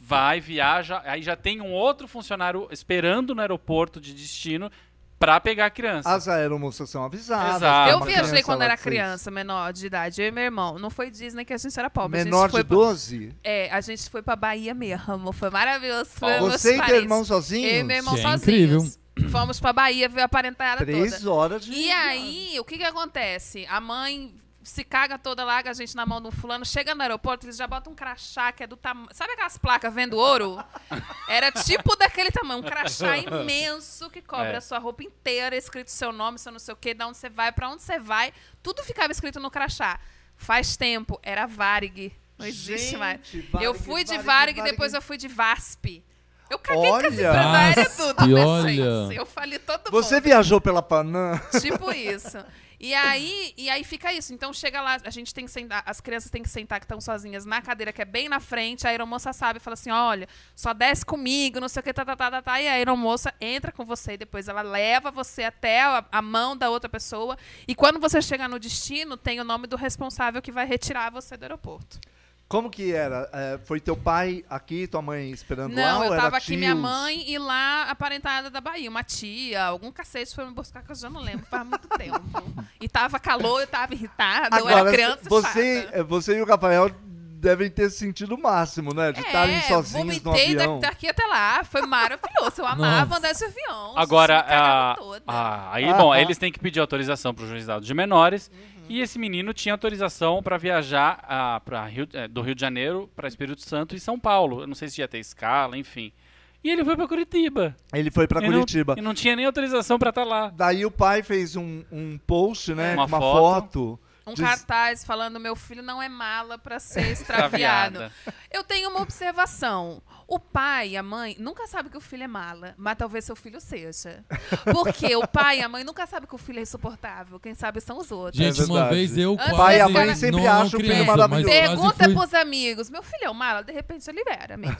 Speaker 5: vai, viaja, aí já tem um outro funcionário esperando no aeroporto de destino pra pegar a criança.
Speaker 6: As aeromoças são avisadas.
Speaker 5: Exato. Ah,
Speaker 3: eu
Speaker 6: uma
Speaker 3: viajei
Speaker 6: criança é
Speaker 3: quando
Speaker 6: lá
Speaker 3: era
Speaker 6: que fez.
Speaker 3: criança, menor de idade, eu e meu irmão. Não foi Disney que a gente era pobre. a
Speaker 6: Menor
Speaker 3: gente foi
Speaker 6: de 12?
Speaker 3: Pra, é, a gente foi pra Bahia mesmo. Foi maravilhoso. Foi
Speaker 6: Você
Speaker 3: meus
Speaker 6: e teu
Speaker 3: parentes.
Speaker 6: irmão sozinhos?
Speaker 3: Eu e meu irmão
Speaker 4: Que é
Speaker 3: sozinhos. Fomos pra Bahia ver a parentada toda.
Speaker 6: Três horas de.
Speaker 3: E aí, o que que acontece? A mãe se caga toda, larga a gente na mão de um fulano, chega no aeroporto, eles já botam um crachá que é do tamanho. Sabe aquelas placas vendo ouro? Era tipo daquele tamanho, um crachá imenso que cobre
Speaker 5: É.
Speaker 3: a sua roupa inteira, escrito seu nome, seu não sei o quê, de onde você vai, pra onde você vai. Tudo ficava escrito no crachá. Faz tempo, era Varig. Não existe
Speaker 6: Gente,
Speaker 3: mais.
Speaker 6: Varig,
Speaker 3: eu fui de
Speaker 6: Varig,
Speaker 3: Varig,
Speaker 6: Varig.
Speaker 3: depois eu fui de VASP. Eu caguei com
Speaker 6: Olha!
Speaker 3: as empresárias tudo,
Speaker 4: VASP,
Speaker 3: adolescência.
Speaker 4: olha!
Speaker 3: Eu falei todo
Speaker 6: Você
Speaker 3: mundo.
Speaker 6: viajou pela Panam?
Speaker 3: Tipo isso. E aí, e aí fica isso. Então chega lá, a gente tem que sentar, as crianças têm que sentar que estão sozinhas na cadeira que é bem na frente, a aeromoça sabe, fala assim: "Olha, só desce comigo, não sei o que tá tá tá tá, tá. E a aeromoça entra com você e depois ela leva você até a, a mão da outra pessoa. E quando você chega no destino, tem o nome do responsável que vai retirar você do aeroporto.
Speaker 6: Como que era? É, foi teu pai aqui, tua mãe esperando lá?
Speaker 3: Não,
Speaker 6: ou
Speaker 3: eu
Speaker 6: era
Speaker 3: tava aqui, minha
Speaker 6: tios?
Speaker 3: mãe, e lá a parentada da Bahia, uma tia, algum cacete foi me buscar, que eu já não lembro, faz muito tempo. E tava calor, eu tava irritada, eu era
Speaker 6: Agora,
Speaker 3: criança
Speaker 6: você,
Speaker 3: chata.
Speaker 6: é, você e o Rafael devem ter sentido o máximo, né? De estarem sozinhos no
Speaker 3: É, vomitei da-
Speaker 6: avião.
Speaker 3: daqui até lá, foi maravilhoso, eu amava
Speaker 4: Nossa.
Speaker 3: andar de avião.
Speaker 5: Agora,
Speaker 3: me cagava
Speaker 5: a-
Speaker 3: toda.
Speaker 5: a- aí, bom,
Speaker 6: Aham.
Speaker 5: eles têm que pedir autorização pro juizado de menores.
Speaker 3: Uhum.
Speaker 5: E esse menino tinha autorização para viajar ah, pra Rio- eh, do Rio de Janeiro para Espírito Santo e São Paulo. Eu não sei se ia ter escala, enfim. E ele foi para Curitiba.
Speaker 6: Ele foi pra
Speaker 5: E não-
Speaker 6: Curitiba.
Speaker 5: E não, tinha nem autorização para estar lá.
Speaker 6: Daí o pai fez um, um post, né?
Speaker 5: Uma
Speaker 6: com uma
Speaker 5: foto.
Speaker 6: foto.
Speaker 3: Um
Speaker 6: diz-
Speaker 3: cartaz falando: meu filho não é mala pra ser extraviado.
Speaker 5: Extraviada.
Speaker 3: Eu tenho uma observação. O pai e a mãe nunca sabem que o filho é mala, mas talvez seu filho seja. Porque o pai e a mãe nunca sabem que o filho é insuportável. Quem sabe são os outros.
Speaker 4: Gente, uma
Speaker 6: verdade.
Speaker 4: vez eu
Speaker 3: Antes
Speaker 4: quase...
Speaker 3: É Pai e a mãe
Speaker 4: não-
Speaker 6: sempre
Speaker 4: não
Speaker 6: acham o filho
Speaker 4: criança, mas
Speaker 6: maravilhoso.
Speaker 4: quase
Speaker 3: Pergunta
Speaker 4: fui-
Speaker 3: pros amigos. Meu filho é um mala? De repente ele era mesmo.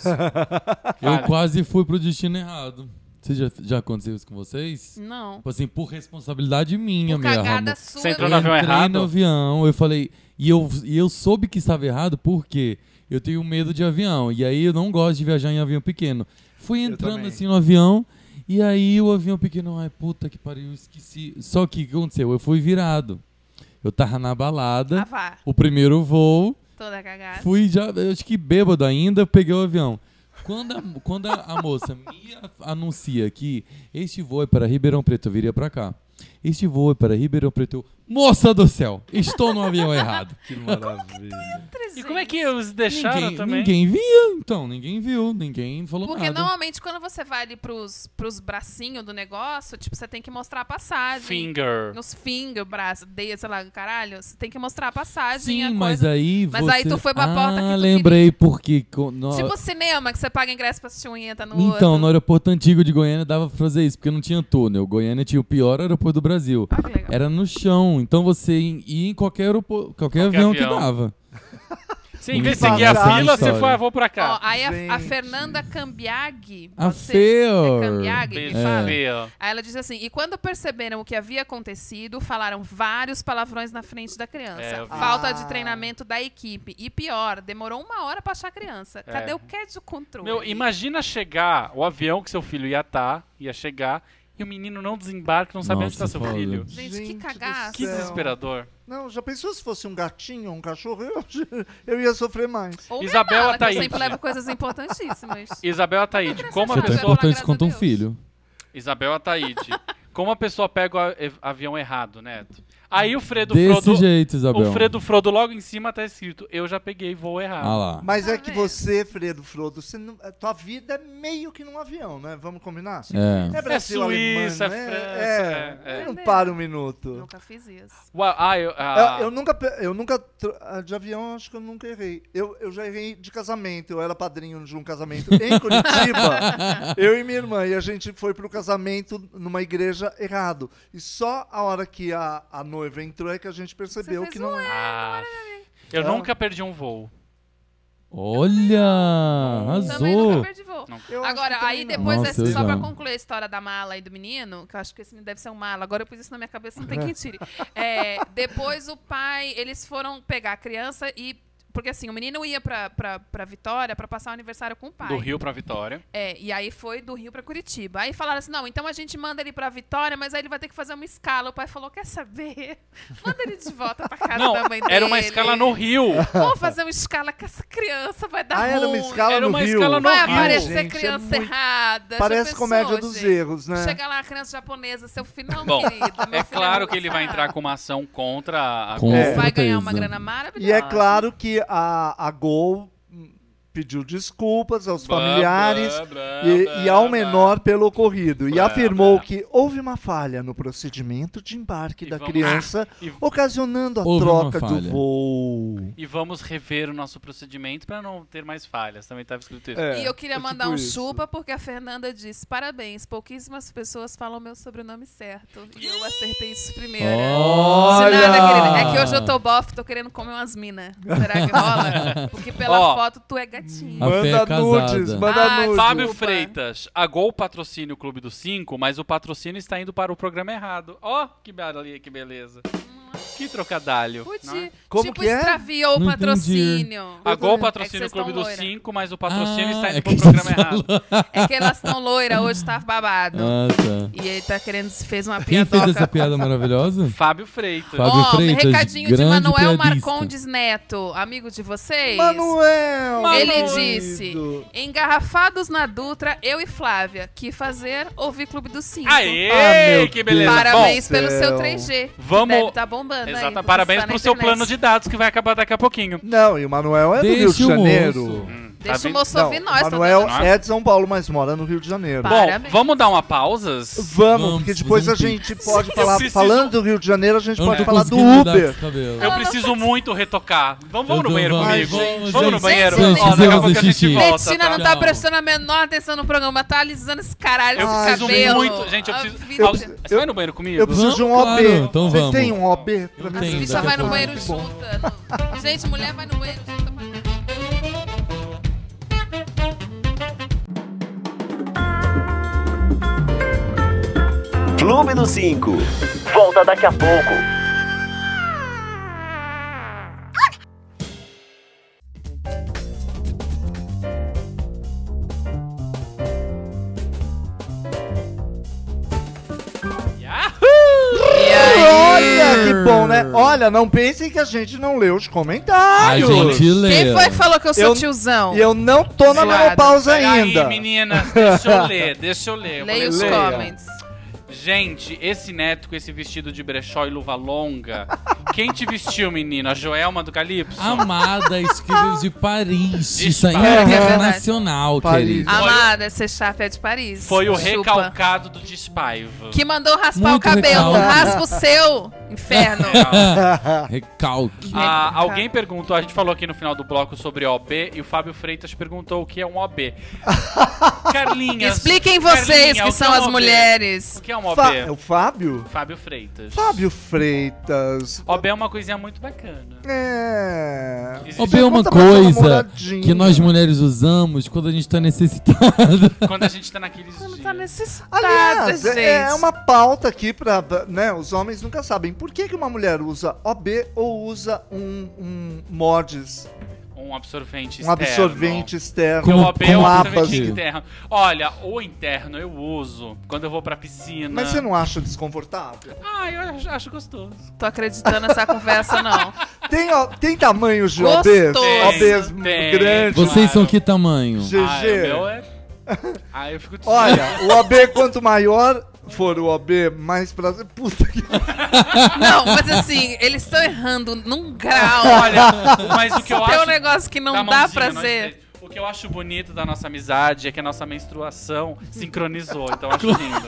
Speaker 4: Eu
Speaker 5: Cara.
Speaker 4: quase fui pro destino errado. Você já, já aconteceu isso com vocês?
Speaker 3: Não.
Speaker 4: Tipo assim, por responsabilidade minha
Speaker 3: Hum. Por
Speaker 4: mesmo.
Speaker 3: cagada sua.
Speaker 5: Você entrou
Speaker 4: Eu
Speaker 5: no avião
Speaker 4: entrei
Speaker 5: errado?
Speaker 4: no avião, eu falei. E eu, e eu soube que estava errado porque eu tenho medo de avião. E aí eu não gosto de viajar em avião pequeno. Fui entrando
Speaker 6: também.
Speaker 4: assim no avião. E aí o avião pequeno, ai puta que pariu, eu esqueci. Só que o que aconteceu? Eu fui virado. Eu tava na balada,
Speaker 3: Ah, vá.
Speaker 4: o primeiro voo.
Speaker 3: Toda cagada.
Speaker 4: Fui já, eu acho que bêbado ainda, peguei o avião. Quando a, quando a- a moça me a- anuncia que este voo é para Ribeirão Preto, eu viria para cá. Este voo é para Ribeirão Preto. eu, Moça do céu, estou no avião errado.
Speaker 7: Que
Speaker 3: é,
Speaker 7: maravilha.
Speaker 5: E como é que os deixaram
Speaker 4: ninguém,
Speaker 5: também?
Speaker 4: ninguém viu, então, ninguém viu, ninguém falou
Speaker 3: Porque
Speaker 4: nada.
Speaker 3: normalmente quando você vai ali pros, pros bracinhos do negócio, tipo, você tem que mostrar a passagem.
Speaker 5: Finger.
Speaker 3: Nos finger, braço, dedo, sei lá, um caralho. Você tem que mostrar a passagem.
Speaker 4: Sim,
Speaker 3: assim a
Speaker 4: mas é,
Speaker 3: coisa.
Speaker 4: aí
Speaker 3: Mas
Speaker 4: você...
Speaker 3: aí tu foi pra
Speaker 4: ah,
Speaker 3: porta que tu
Speaker 4: lembrei porque... co- no-
Speaker 3: Tipo cinema, que você paga ingresso pra assistir um e entra no outro.
Speaker 4: Então, no aeroporto antigo de Goiânia dava pra fazer isso, porque não tinha túnel. Goiânia tinha o pior aeroporto do Brasil.
Speaker 3: Ah, que legal.
Speaker 4: Era no chão, então você ia em qualquer aeroporto, qualquer, avião,
Speaker 5: avião.
Speaker 4: que dava.
Speaker 5: Sim, em vez de
Speaker 6: Muito
Speaker 5: seguir a
Speaker 6: bacana
Speaker 5: fila,
Speaker 4: essa
Speaker 5: você foi,
Speaker 4: história.
Speaker 5: ah, vou pra
Speaker 3: Ó,
Speaker 5: cá.
Speaker 3: aí a, a
Speaker 6: gente.
Speaker 3: Fernanda Cambiaghi.
Speaker 4: A
Speaker 3: pode ser?
Speaker 4: Fer.
Speaker 3: É Cambiaghi que
Speaker 5: Beijo,
Speaker 3: fala?
Speaker 5: fila.
Speaker 3: Aí ela diz assim: e quando perceberam o que havia acontecido, falaram vários palavrões na frente da criança.
Speaker 5: É, eu vi.
Speaker 3: Falta
Speaker 6: Ah.
Speaker 3: de treinamento da equipe. E pior, demorou uma hora pra achar a criança. Cadê o catch do controle?
Speaker 5: É. Meu, imagina chegar o avião que seu filho ia estar, ia chegar, e o menino não desembarca, não sabe onde
Speaker 4: Nossa,
Speaker 5: está seu
Speaker 4: foda.
Speaker 5: filho.
Speaker 3: Gente, que
Speaker 6: Gente do
Speaker 3: cagaço.
Speaker 5: Que
Speaker 6: Céu.
Speaker 5: desesperador.
Speaker 6: Não, já pensou se fosse um gatinho ou um cachorro? Eu, eu ia sofrer mais.
Speaker 3: Ou minha
Speaker 5: Isabela tá
Speaker 3: mala, que eu
Speaker 5: Taíde.
Speaker 3: sempre levo coisas importantíssimas.
Speaker 5: Isabel Ataíde, como a
Speaker 4: Você
Speaker 3: Agora,
Speaker 4: é tão
Speaker 5: pessoa.
Speaker 4: importante
Speaker 3: graças a
Speaker 4: quanto um
Speaker 3: Deus.
Speaker 4: filho.
Speaker 5: Isabel Ataíde. Como a pessoa pega o a- ev- avião errado, Neto? Aí o Fredo
Speaker 4: Desse
Speaker 5: Frodo.
Speaker 4: jeito, Isabel.
Speaker 5: O Fredo Frodo logo em cima tá escrito: Eu já peguei voo errado.
Speaker 4: Ah lá.
Speaker 6: Mas é
Speaker 3: Tá
Speaker 6: que
Speaker 3: vendo?
Speaker 6: você, Fredo Frodo, você não- a tua vida é meio que num avião, né? Vamos combinar?
Speaker 4: É.
Speaker 6: Brasil,
Speaker 5: Suíça,
Speaker 6: Alemanha, né?
Speaker 5: França,
Speaker 6: É,
Speaker 5: é, é.
Speaker 6: Não para um minuto.
Speaker 3: Nunca fiz isso.
Speaker 5: Uau, ah, eu, ah,
Speaker 6: Eu, eu nunca, pe- eu nunca tr- ah, de avião, eu acho que eu nunca errei. Eu, eu já errei de casamento. Eu era padrinho de um casamento em Curitiba. eu e minha irmã e a gente foi pro casamento numa igreja errado. E só a hora que a, a noiva entrou é que a gente percebeu
Speaker 3: fez
Speaker 6: que não era.
Speaker 5: ah, eu
Speaker 6: É.
Speaker 5: nunca perdi um voo.
Speaker 4: Olha,
Speaker 3: Também
Speaker 4: arrasou.
Speaker 3: nunca perdi voo.
Speaker 6: Eu acho que
Speaker 3: Agora,
Speaker 6: também
Speaker 3: aí
Speaker 6: não.
Speaker 3: depois,
Speaker 4: Nossa,
Speaker 3: dessa-
Speaker 4: eu
Speaker 3: só pra
Speaker 4: já.
Speaker 3: concluir a história da mala aí do menino, que eu acho que esse menino deve ser um mala, agora eu pus isso na minha cabeça, não tem quem tire. É, depois o pai, eles foram pegar a criança e. Porque assim, o menino ia pra, pra, pra Vitória pra passar o aniversário com o pai.
Speaker 5: Do Rio pra Vitória.
Speaker 3: É, e aí foi do Rio pra Curitiba. Aí falaram assim: não, então a gente manda ele pra Vitória, mas aí ele vai ter que fazer uma escala. O pai falou: quer saber? Manda ele de volta pra casa
Speaker 5: Não,
Speaker 3: da mãe dele.
Speaker 5: era uma escala no Rio.
Speaker 3: Vou fazer uma escala com essa criança, vai dar
Speaker 6: Ah, era uma
Speaker 3: ruim.
Speaker 6: escala
Speaker 5: Era
Speaker 6: no
Speaker 5: uma
Speaker 6: Rio.
Speaker 5: escala no
Speaker 3: Vai
Speaker 5: Rio.
Speaker 3: aparecer
Speaker 6: Gente, é
Speaker 3: criança
Speaker 6: muito-
Speaker 3: errada. Já
Speaker 6: Parece
Speaker 3: pensou,
Speaker 6: comédia dos
Speaker 3: gente?
Speaker 6: erros, né?
Speaker 3: Chega lá, criança japonesa, seu filho não,
Speaker 5: Bom,
Speaker 3: querido. meu
Speaker 5: É
Speaker 3: filho
Speaker 5: claro
Speaker 3: não
Speaker 5: que ele vai
Speaker 3: passar.
Speaker 5: entrar com uma ação contra a
Speaker 4: Com
Speaker 6: É.
Speaker 3: Vai ganhar uma
Speaker 4: certeza.
Speaker 3: grana
Speaker 6: E
Speaker 3: maravilhosa.
Speaker 6: é claro que a, a Gol hum, pediu desculpas aos familiares
Speaker 5: Blá, blá, blá,
Speaker 6: e, e ao
Speaker 5: blá.
Speaker 6: menor pelo ocorrido e
Speaker 5: Blá,
Speaker 6: afirmou
Speaker 5: blá.
Speaker 6: que houve uma falha no procedimento de embarque
Speaker 5: E
Speaker 6: da
Speaker 5: vamos-
Speaker 6: criança,
Speaker 5: E,
Speaker 6: ocasionando a
Speaker 4: Houve uma
Speaker 6: troca do
Speaker 4: falha.
Speaker 6: voo.
Speaker 5: e vamos rever o nosso procedimento pra não ter mais falhas. Também tava escrito isso.
Speaker 6: É,
Speaker 3: E eu queria
Speaker 6: é
Speaker 3: mandar
Speaker 6: tipo
Speaker 3: um
Speaker 6: isso.
Speaker 3: chupa porque a Fernanda disse: parabéns, pouquíssimas pessoas falam meu sobrenome certo. E eu acertei isso primeiro.
Speaker 4: Olha!
Speaker 3: De nada, querida. É que hoje eu tô bof, tô querendo comer umas minas. Será que rola? Porque pela
Speaker 5: Ó.
Speaker 3: foto tu é gatinho.
Speaker 4: A fé é
Speaker 6: Manda nudes,
Speaker 4: casada.
Speaker 6: manda
Speaker 3: Ah,
Speaker 6: nudes.
Speaker 5: Fábio
Speaker 3: Desculpa.
Speaker 5: Freitas, a Gol patrocina o Clube dos Cinco, mas o patrocínio está indo para o programa errado. Ó, que baralia, que beleza. Que trocadalho. não é?
Speaker 3: Pude.
Speaker 6: Como
Speaker 3: tipo
Speaker 6: que é?
Speaker 3: extraviou o
Speaker 4: Não entendi.
Speaker 3: patrocínio.
Speaker 5: A Gol
Speaker 3: É que
Speaker 5: patrocina o
Speaker 3: vocês
Speaker 5: Clube
Speaker 3: tão
Speaker 5: dos
Speaker 3: loira.
Speaker 5: Cinco, mas o patrocínio
Speaker 4: Ah,
Speaker 5: está indo
Speaker 4: é
Speaker 5: para o
Speaker 4: que vocês
Speaker 5: programa errado.
Speaker 3: É que elas estão loiras, hoje tá babado.
Speaker 4: Ah, tá.
Speaker 3: E ele tá querendo, fez uma
Speaker 4: Quem fez essa
Speaker 3: piadoca.
Speaker 4: piada maravilhosa?
Speaker 5: Fábio Freitas.
Speaker 4: Fábio-
Speaker 3: Ó, um
Speaker 4: Freitas,
Speaker 3: recadinho de
Speaker 4: grande
Speaker 3: Manuel
Speaker 4: piadista.
Speaker 3: Marcondes Neto, amigo de vocês.
Speaker 6: Manuel!
Speaker 3: Ele
Speaker 6: querido.
Speaker 3: disse: Engarrafados na Dutra, eu e Flávia. Que fazer? Ouvir Clube dos Cinco.
Speaker 5: Aê,
Speaker 6: Ah, meu
Speaker 5: que beleza.
Speaker 6: Deus.
Speaker 5: Bom,
Speaker 3: Parabéns pelo seu
Speaker 6: Céu.
Speaker 3: 3G. que
Speaker 5: Vamos-
Speaker 3: Deve tá bombando aí,
Speaker 5: exata,
Speaker 3: vou
Speaker 5: parabéns
Speaker 3: postar
Speaker 5: pro
Speaker 3: na
Speaker 5: seu
Speaker 3: internet.
Speaker 5: plano de dados que vai acabar daqui a pouquinho.
Speaker 6: Não, e o Manuel é do Rio
Speaker 4: Deixa
Speaker 6: de
Speaker 4: o moço.
Speaker 6: Janeiro. Hum.
Speaker 5: Tá
Speaker 3: Deixa o
Speaker 5: vendo?
Speaker 3: moço
Speaker 6: Não,
Speaker 3: ouvir
Speaker 6: o
Speaker 3: nós. tá
Speaker 6: Manuel
Speaker 3: vendo?
Speaker 6: é de São Paulo, mas mora no Rio de Janeiro.
Speaker 3: Para.
Speaker 5: Bom,
Speaker 3: Parabéns.
Speaker 5: vamos dar uma pausas?
Speaker 6: Vamos,
Speaker 4: Vamos,
Speaker 6: porque depois a
Speaker 4: vamos.
Speaker 6: gente pode falar.
Speaker 5: preciso-
Speaker 6: Falando do Rio de Janeiro, a gente
Speaker 4: Eu não
Speaker 6: pode
Speaker 4: tô
Speaker 6: falar do
Speaker 4: conseguindo mudar
Speaker 6: Uber.
Speaker 4: esse cabelo.
Speaker 5: Eu preciso muito retocar. Vamos,
Speaker 4: Eu
Speaker 5: vamos no
Speaker 4: dou-
Speaker 5: banheiro
Speaker 4: vamos,
Speaker 5: comigo.
Speaker 4: gente,
Speaker 5: vamos no
Speaker 4: gente,
Speaker 5: banheiro.
Speaker 3: gente,
Speaker 5: Ó, daqui a
Speaker 4: vamos
Speaker 5: pouco a gente
Speaker 4: assistir.
Speaker 5: volta,
Speaker 3: Betina
Speaker 5: tá?
Speaker 3: não tá
Speaker 4: Tchau.
Speaker 3: prestando a menor atenção no programa, tá alisando esse caralho
Speaker 5: Eu
Speaker 3: de
Speaker 6: Ah,
Speaker 5: preciso
Speaker 3: cabelo.
Speaker 5: muito. Gente, eu
Speaker 3: A
Speaker 5: preciso.
Speaker 3: vida-
Speaker 5: Ah, Você vai no banheiro comigo?
Speaker 6: Eu preciso de um
Speaker 4: Vamos,
Speaker 6: OB.
Speaker 4: claro, então
Speaker 6: Vocês
Speaker 4: vamos.
Speaker 6: têm um OB pra
Speaker 4: Eu
Speaker 6: mim?
Speaker 3: As
Speaker 4: tenho,
Speaker 3: bichas
Speaker 4: daqui a
Speaker 3: vai no
Speaker 4: pouco.
Speaker 3: banheiro junta. no- Gente, mulher vai no banheiro junta. pra-
Speaker 2: Clube dos Cinco. Volta daqui a pouco.
Speaker 5: Ah,
Speaker 6: Olha que bom, né? Olha, não pensem que a gente não leu os
Speaker 4: A
Speaker 6: comentários.
Speaker 4: gente lê.
Speaker 3: Quem foi que falou que eu sou
Speaker 6: Eu-
Speaker 3: tiozão?
Speaker 6: E eu não tô na
Speaker 3: Zoado.
Speaker 6: menopausa
Speaker 5: Peraí,
Speaker 6: ainda.
Speaker 5: meninas, deixa eu ler, deixa eu ler. Eu
Speaker 3: Leia
Speaker 5: falei,
Speaker 3: os
Speaker 5: leia.
Speaker 3: comments.
Speaker 5: Gente, esse neto com esse vestido de brechó e luva longa. Quem te vestiu, menino? A Joelma do Calypso?
Speaker 3: Ah,
Speaker 4: Amada, escritos de Paris.
Speaker 5: De
Speaker 4: Isso aí
Speaker 5: Paris.
Speaker 4: é
Speaker 3: É verdade.
Speaker 4: internacional,
Speaker 6: Paris.
Speaker 4: querido.
Speaker 3: Amada, esse chapa é de Paris.
Speaker 5: Foi o
Speaker 3: Chupa.
Speaker 5: recalcado do Despaivo.
Speaker 3: Que mandou raspar
Speaker 4: Muito
Speaker 3: o cabelo.
Speaker 4: recalque.
Speaker 3: Raspa o seu, inferno.
Speaker 4: Recalque.
Speaker 5: Ah,
Speaker 3: Recalque.
Speaker 5: alguém perguntou, a gente falou aqui no final do bloco sobre OB e o Fábio Freitas perguntou o que é um OB. Carlinhas.
Speaker 3: Expliquem
Speaker 5: Carlinha,
Speaker 3: vocês
Speaker 5: o
Speaker 3: que são
Speaker 5: é um
Speaker 3: as
Speaker 5: OB?
Speaker 3: mulheres.
Speaker 5: O que é um OB?
Speaker 6: Fa- é o Fábio?
Speaker 5: Fábio Freitas.
Speaker 6: Fábio Freitas.
Speaker 5: OB é uma coisinha muito bacana.
Speaker 6: É.
Speaker 5: Existe.
Speaker 4: Ô, bem, uma
Speaker 6: Pergunta pra tua
Speaker 4: coisa
Speaker 6: namoradinha.
Speaker 4: que nós mulheres usamos quando a gente tá necessitada.
Speaker 5: Quando a gente tá naqueles
Speaker 3: Não
Speaker 5: dias.
Speaker 3: tá necessitada,
Speaker 6: Aliás,
Speaker 5: Tá,
Speaker 3: gente.
Speaker 6: é, é uma pauta aqui pra. pra- Né, os homens nunca sabem por que, que uma mulher usa OB ou usa um, um Mods,
Speaker 5: Um absorvente
Speaker 6: um absorvente externo.
Speaker 5: Como
Speaker 4: Como-
Speaker 5: o OB é um
Speaker 4: com
Speaker 5: absorvente
Speaker 4: abas.
Speaker 5: interno. Olha, o interno eu uso quando eu vou pra piscina.
Speaker 6: Mas você não acha desconfortável?
Speaker 5: Ah, eu acho, acho gostoso.
Speaker 3: Tô acreditando nessa conversa, não.
Speaker 6: Tem, ó, tem tamanhos de
Speaker 3: Gostoso.
Speaker 6: OBs?
Speaker 3: Tem,
Speaker 6: OBs
Speaker 5: tem.
Speaker 6: grandes.
Speaker 5: Você-
Speaker 4: Vocês são
Speaker 5: Claro.
Speaker 4: que tamanho?
Speaker 6: GG.
Speaker 5: Ah, o meu é... Ah, eu fico...
Speaker 6: Olha, o OB quanto maior for o OB, mais prazer. Puta que.
Speaker 3: Não, mas assim, eles estão errando num grau.
Speaker 5: Olha, mas o que eu
Speaker 3: Tem um
Speaker 5: acho
Speaker 3: negócio que
Speaker 5: da
Speaker 3: não dá
Speaker 5: mãozinha,
Speaker 3: pra
Speaker 5: nós
Speaker 3: ser.
Speaker 5: três. O que eu acho bonito da nossa amizade é que a nossa menstruação sincronizou, então eu acho lindo.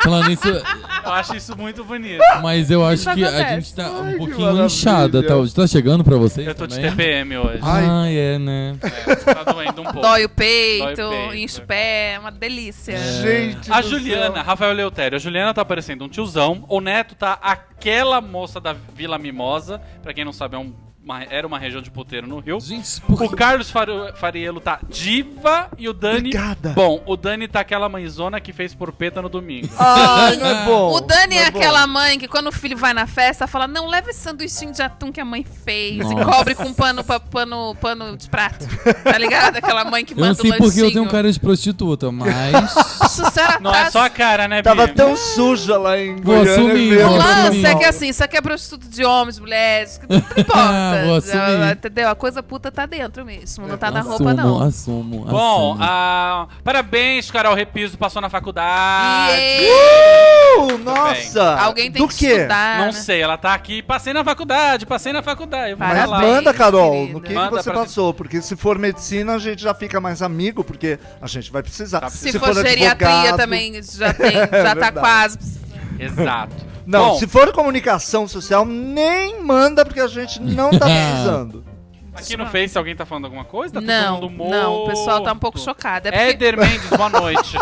Speaker 4: Falando isso,
Speaker 5: Eu acho isso muito bonito.
Speaker 4: mas eu acho
Speaker 3: Isso
Speaker 4: que a
Speaker 3: acontece.
Speaker 4: gente tá
Speaker 6: Ai,
Speaker 4: um
Speaker 6: que
Speaker 4: pouquinho
Speaker 6: maravilha.
Speaker 4: inchada. Tá, tá chegando pra vocês
Speaker 5: Eu tô de
Speaker 4: também?
Speaker 5: TPM hoje.
Speaker 6: Ai.
Speaker 4: Ah, é, né?
Speaker 5: Tá doendo um pouco.
Speaker 3: Dói o peito,
Speaker 5: Dói o peito.
Speaker 3: enche o pé, é uma delícia.
Speaker 4: É.
Speaker 6: Gente.
Speaker 5: A
Speaker 6: do
Speaker 5: Juliana,
Speaker 6: céu.
Speaker 5: Rafael Leutério, a Juliana tá parecendo um tiozão, o Neto tá aquela moça da Vila Mimosa, pra quem não sabe, é um- uma- era uma região de puteiro no Rio.
Speaker 4: Gente, por
Speaker 5: O Carlos Faru- Fariello tá diva e o Dani...
Speaker 6: Obrigada.
Speaker 5: Bom, o Dani tá aquela mãezona que fez porpeta no domingo.
Speaker 3: Ah,
Speaker 6: Ai, não é bom.
Speaker 3: O Dani
Speaker 6: não
Speaker 3: é
Speaker 6: bom.
Speaker 3: aquela mãe que quando o filho vai na festa, fala: não, leva esse sanduichinho de atum que a mãe fez
Speaker 4: Nossa.
Speaker 3: e cobre com pano, pa- pano, pano de prato. Tá ligado? Aquela mãe que
Speaker 4: Eu não
Speaker 3: manda o
Speaker 4: sei
Speaker 3: lanchinho.
Speaker 4: porque eu tenho um cara de prostituta, mas.
Speaker 3: Nossa, será
Speaker 5: Não é só a cara, né,
Speaker 6: Tava
Speaker 5: Bia?
Speaker 6: tão suja lá em
Speaker 4: Vou
Speaker 6: Goiânia.
Speaker 4: assumir,
Speaker 6: veio
Speaker 4: vou
Speaker 3: O
Speaker 6: aqui pra
Speaker 3: lance
Speaker 4: assumir.
Speaker 3: é
Speaker 6: São
Speaker 3: que
Speaker 6: Paulo.
Speaker 3: assim, isso aqui é prostituto de homens, mulheres, que não importa.
Speaker 4: Vou assumir.
Speaker 3: entendeu? A coisa puta tá dentro mesmo, não tá na
Speaker 4: assumo,
Speaker 3: roupa, não.
Speaker 4: Assumo, assumo.
Speaker 5: Bom,
Speaker 6: assim.
Speaker 5: ah, parabéns, Carol Repiso, passou na faculdade.
Speaker 3: E
Speaker 6: Uh, nossa!
Speaker 3: alguém tem
Speaker 6: Do
Speaker 3: que
Speaker 6: quê?
Speaker 3: estudar.
Speaker 5: Não
Speaker 3: né?
Speaker 5: sei, ela tá aqui. Passei na faculdade, passei na faculdade. Eu vou
Speaker 6: Mas
Speaker 3: Parabéns,
Speaker 5: falar.
Speaker 6: manda, Carol, no que, que
Speaker 5: Manda
Speaker 6: você
Speaker 5: pra-
Speaker 6: passou, porque se for medicina a gente já fica mais amigo, porque a gente vai precisar.
Speaker 5: Tá
Speaker 3: Se, for, geriatria também, já tem,
Speaker 6: É
Speaker 3: já tá
Speaker 6: verdade.
Speaker 3: quase.
Speaker 5: Exato.
Speaker 6: Não,
Speaker 5: Bom,
Speaker 6: se for comunicação social, nem manda, porque a gente não tá precisando.
Speaker 5: aqui no Face alguém tá falando alguma coisa? Tá todo
Speaker 3: Não,
Speaker 5: mundo morto.
Speaker 3: não, o pessoal tá um pouco chocado. É, porque,
Speaker 5: Éder Mendes, boa noite.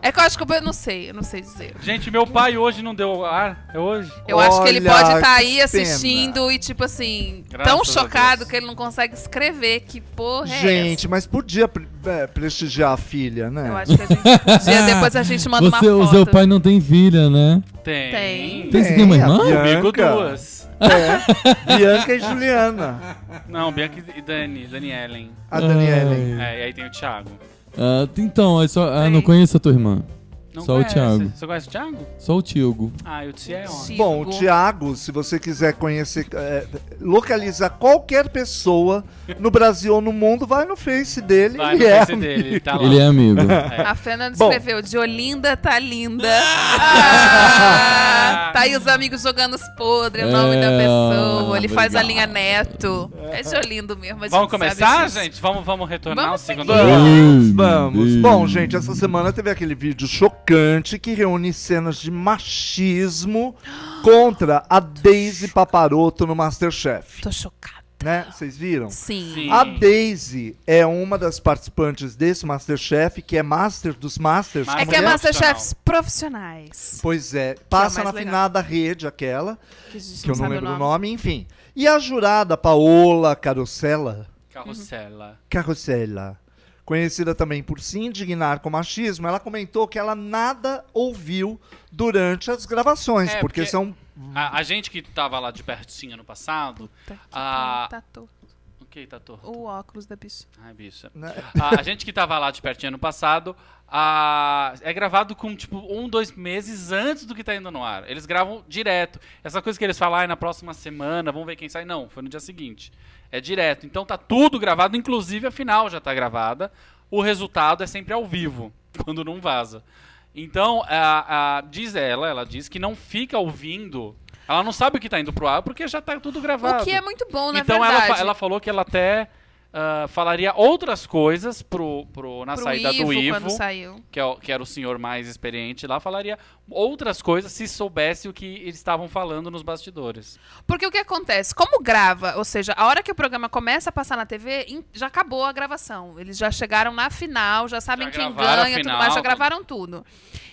Speaker 3: é que eu acho que eu eu não sei, eu não sei dizer.
Speaker 5: Gente, meu pai hoje não deu ar. É hoje?
Speaker 3: Eu acho que ele
Speaker 6: Olha,
Speaker 3: pode estar aí
Speaker 6: que
Speaker 3: assistindo e, tipo assim,
Speaker 5: Graças a
Speaker 3: tão chocado
Speaker 5: Deus.
Speaker 3: que ele não consegue escrever. Que porra
Speaker 6: gente,
Speaker 3: é
Speaker 6: mas podia pre- é, prestigiar a filha,
Speaker 3: essa?
Speaker 6: né?
Speaker 3: Eu acho que a gente. um dia depois a gente manda
Speaker 4: Você,
Speaker 3: uma
Speaker 4: o
Speaker 3: foto. assim.
Speaker 4: seu pai não tem filha, né?
Speaker 5: Tem.
Speaker 3: Tem.
Speaker 4: Tem, você tem uma
Speaker 6: a
Speaker 4: irmã?
Speaker 5: Comigo
Speaker 6: Bianca,
Speaker 5: duas.
Speaker 6: é, Bianca e Juliana.
Speaker 5: Não, Bianca e Dani, Danielen.
Speaker 6: A Daniele.
Speaker 5: É, e aí tem o Thiago.
Speaker 4: Ah, então, é só, ah,
Speaker 3: Tem.
Speaker 4: não conheço a tua irmã.
Speaker 5: Não
Speaker 4: Só o
Speaker 5: conhece?
Speaker 4: Thiago.
Speaker 5: Você conhece o Thiago?
Speaker 4: Só o Tilgo.
Speaker 5: Ah, e o Thiago é ótimo.
Speaker 3: Sim.
Speaker 6: Bom, o Thiago, se você quiser conhecer, é, localizar qualquer pessoa no Brasil ou no mundo, vai no Face dele.
Speaker 5: Vai no
Speaker 6: e é
Speaker 5: Face dele, ele tá lá.
Speaker 4: Ele é amigo.
Speaker 3: A Fernanda
Speaker 6: Bom.
Speaker 3: escreveu: de Olinda tá linda. Ah, tá aí os amigos jogando os
Speaker 6: Ah,
Speaker 3: podres, o nome
Speaker 4: É,
Speaker 3: da pessoa. Ele faz a
Speaker 4: obrigado.
Speaker 3: linha neto. É de Olindo mesmo. a
Speaker 5: Vamos
Speaker 3: gente Ah, sabe
Speaker 5: começar,
Speaker 3: disso.
Speaker 5: gente? Vamos, vamos retornar
Speaker 3: Vamos
Speaker 5: o segundo
Speaker 3: seguir.
Speaker 5: bloco?
Speaker 6: Vamos,
Speaker 4: Hum,
Speaker 6: vamos.
Speaker 4: hum.
Speaker 6: Bom, gente, essa semana teve aquele vídeo chocante que reúne cenas de machismo contra a Daisy Paparoto no Masterchef.
Speaker 3: Tô chocada.
Speaker 6: Né? Vocês viram?
Speaker 3: Sim.
Speaker 5: Sim.
Speaker 6: A Daisy é uma das participantes desse Masterchef, que é Master dos Masters.
Speaker 5: Mas
Speaker 3: É
Speaker 6: como
Speaker 3: que é
Speaker 5: Mulher
Speaker 3: Masterchefs profissionais.
Speaker 6: Pois é, passa
Speaker 3: mais
Speaker 6: na
Speaker 3: legal.
Speaker 6: finada rede aquela,
Speaker 3: Que, a gente
Speaker 6: que eu não
Speaker 3: sabe
Speaker 6: lembro o nome, enfim. E a jurada Paola Carosella,
Speaker 4: Uhum.
Speaker 5: Carrossela.
Speaker 6: Carrossela, conhecida também por se indignar com machismo, ela comentou que ela nada ouviu durante as gravações,
Speaker 5: É,
Speaker 6: porque,
Speaker 5: porque-
Speaker 6: são.
Speaker 5: A, a gente que tava lá de pertinho no passado.
Speaker 3: Puta que pariu,
Speaker 5: Ah.
Speaker 3: tatu.
Speaker 5: O que tá torto?
Speaker 3: tá O óculos da bicha.
Speaker 5: Ai, bicha.
Speaker 6: né?
Speaker 5: A, a gente que tava lá de pertinho no passado. a- é gravado com, tipo, um, dois meses antes do que tá indo no ar. Eles gravam direto. Essa coisa que eles falam, ai, na próxima semana, vamos ver quem sai. Não, foi no dia seguinte. É direto. Então tá tudo gravado, inclusive a final já tá gravada. O resultado é sempre ao vivo, quando não vaza. Então, a- a- diz ela, ela diz que não fica ouvindo. Ela não sabe o que tá indo pro ar porque já tá tudo gravado.
Speaker 3: O que é muito bom, na
Speaker 5: então ela
Speaker 3: verdade.
Speaker 5: fa- ela, falou que ela até ah, falaria outras coisas pro, pro, na
Speaker 3: Pro
Speaker 5: saída do
Speaker 3: Ivo,
Speaker 5: Ivo,
Speaker 3: quando saiu.
Speaker 5: que, é o- que era o senhor mais experiente lá, falaria outras coisas se soubesse o que eles estavam falando nos bastidores.
Speaker 3: Porque o que acontece? Como grava, ou seja, a hora que o programa começa a passar na TV, in- já acabou a gravação. Eles já chegaram na final, já sabem
Speaker 5: Já
Speaker 3: quem
Speaker 5: gravaram a
Speaker 3: ganha, tudo
Speaker 5: final,
Speaker 3: mais, já
Speaker 5: tudo.
Speaker 3: gravaram tudo.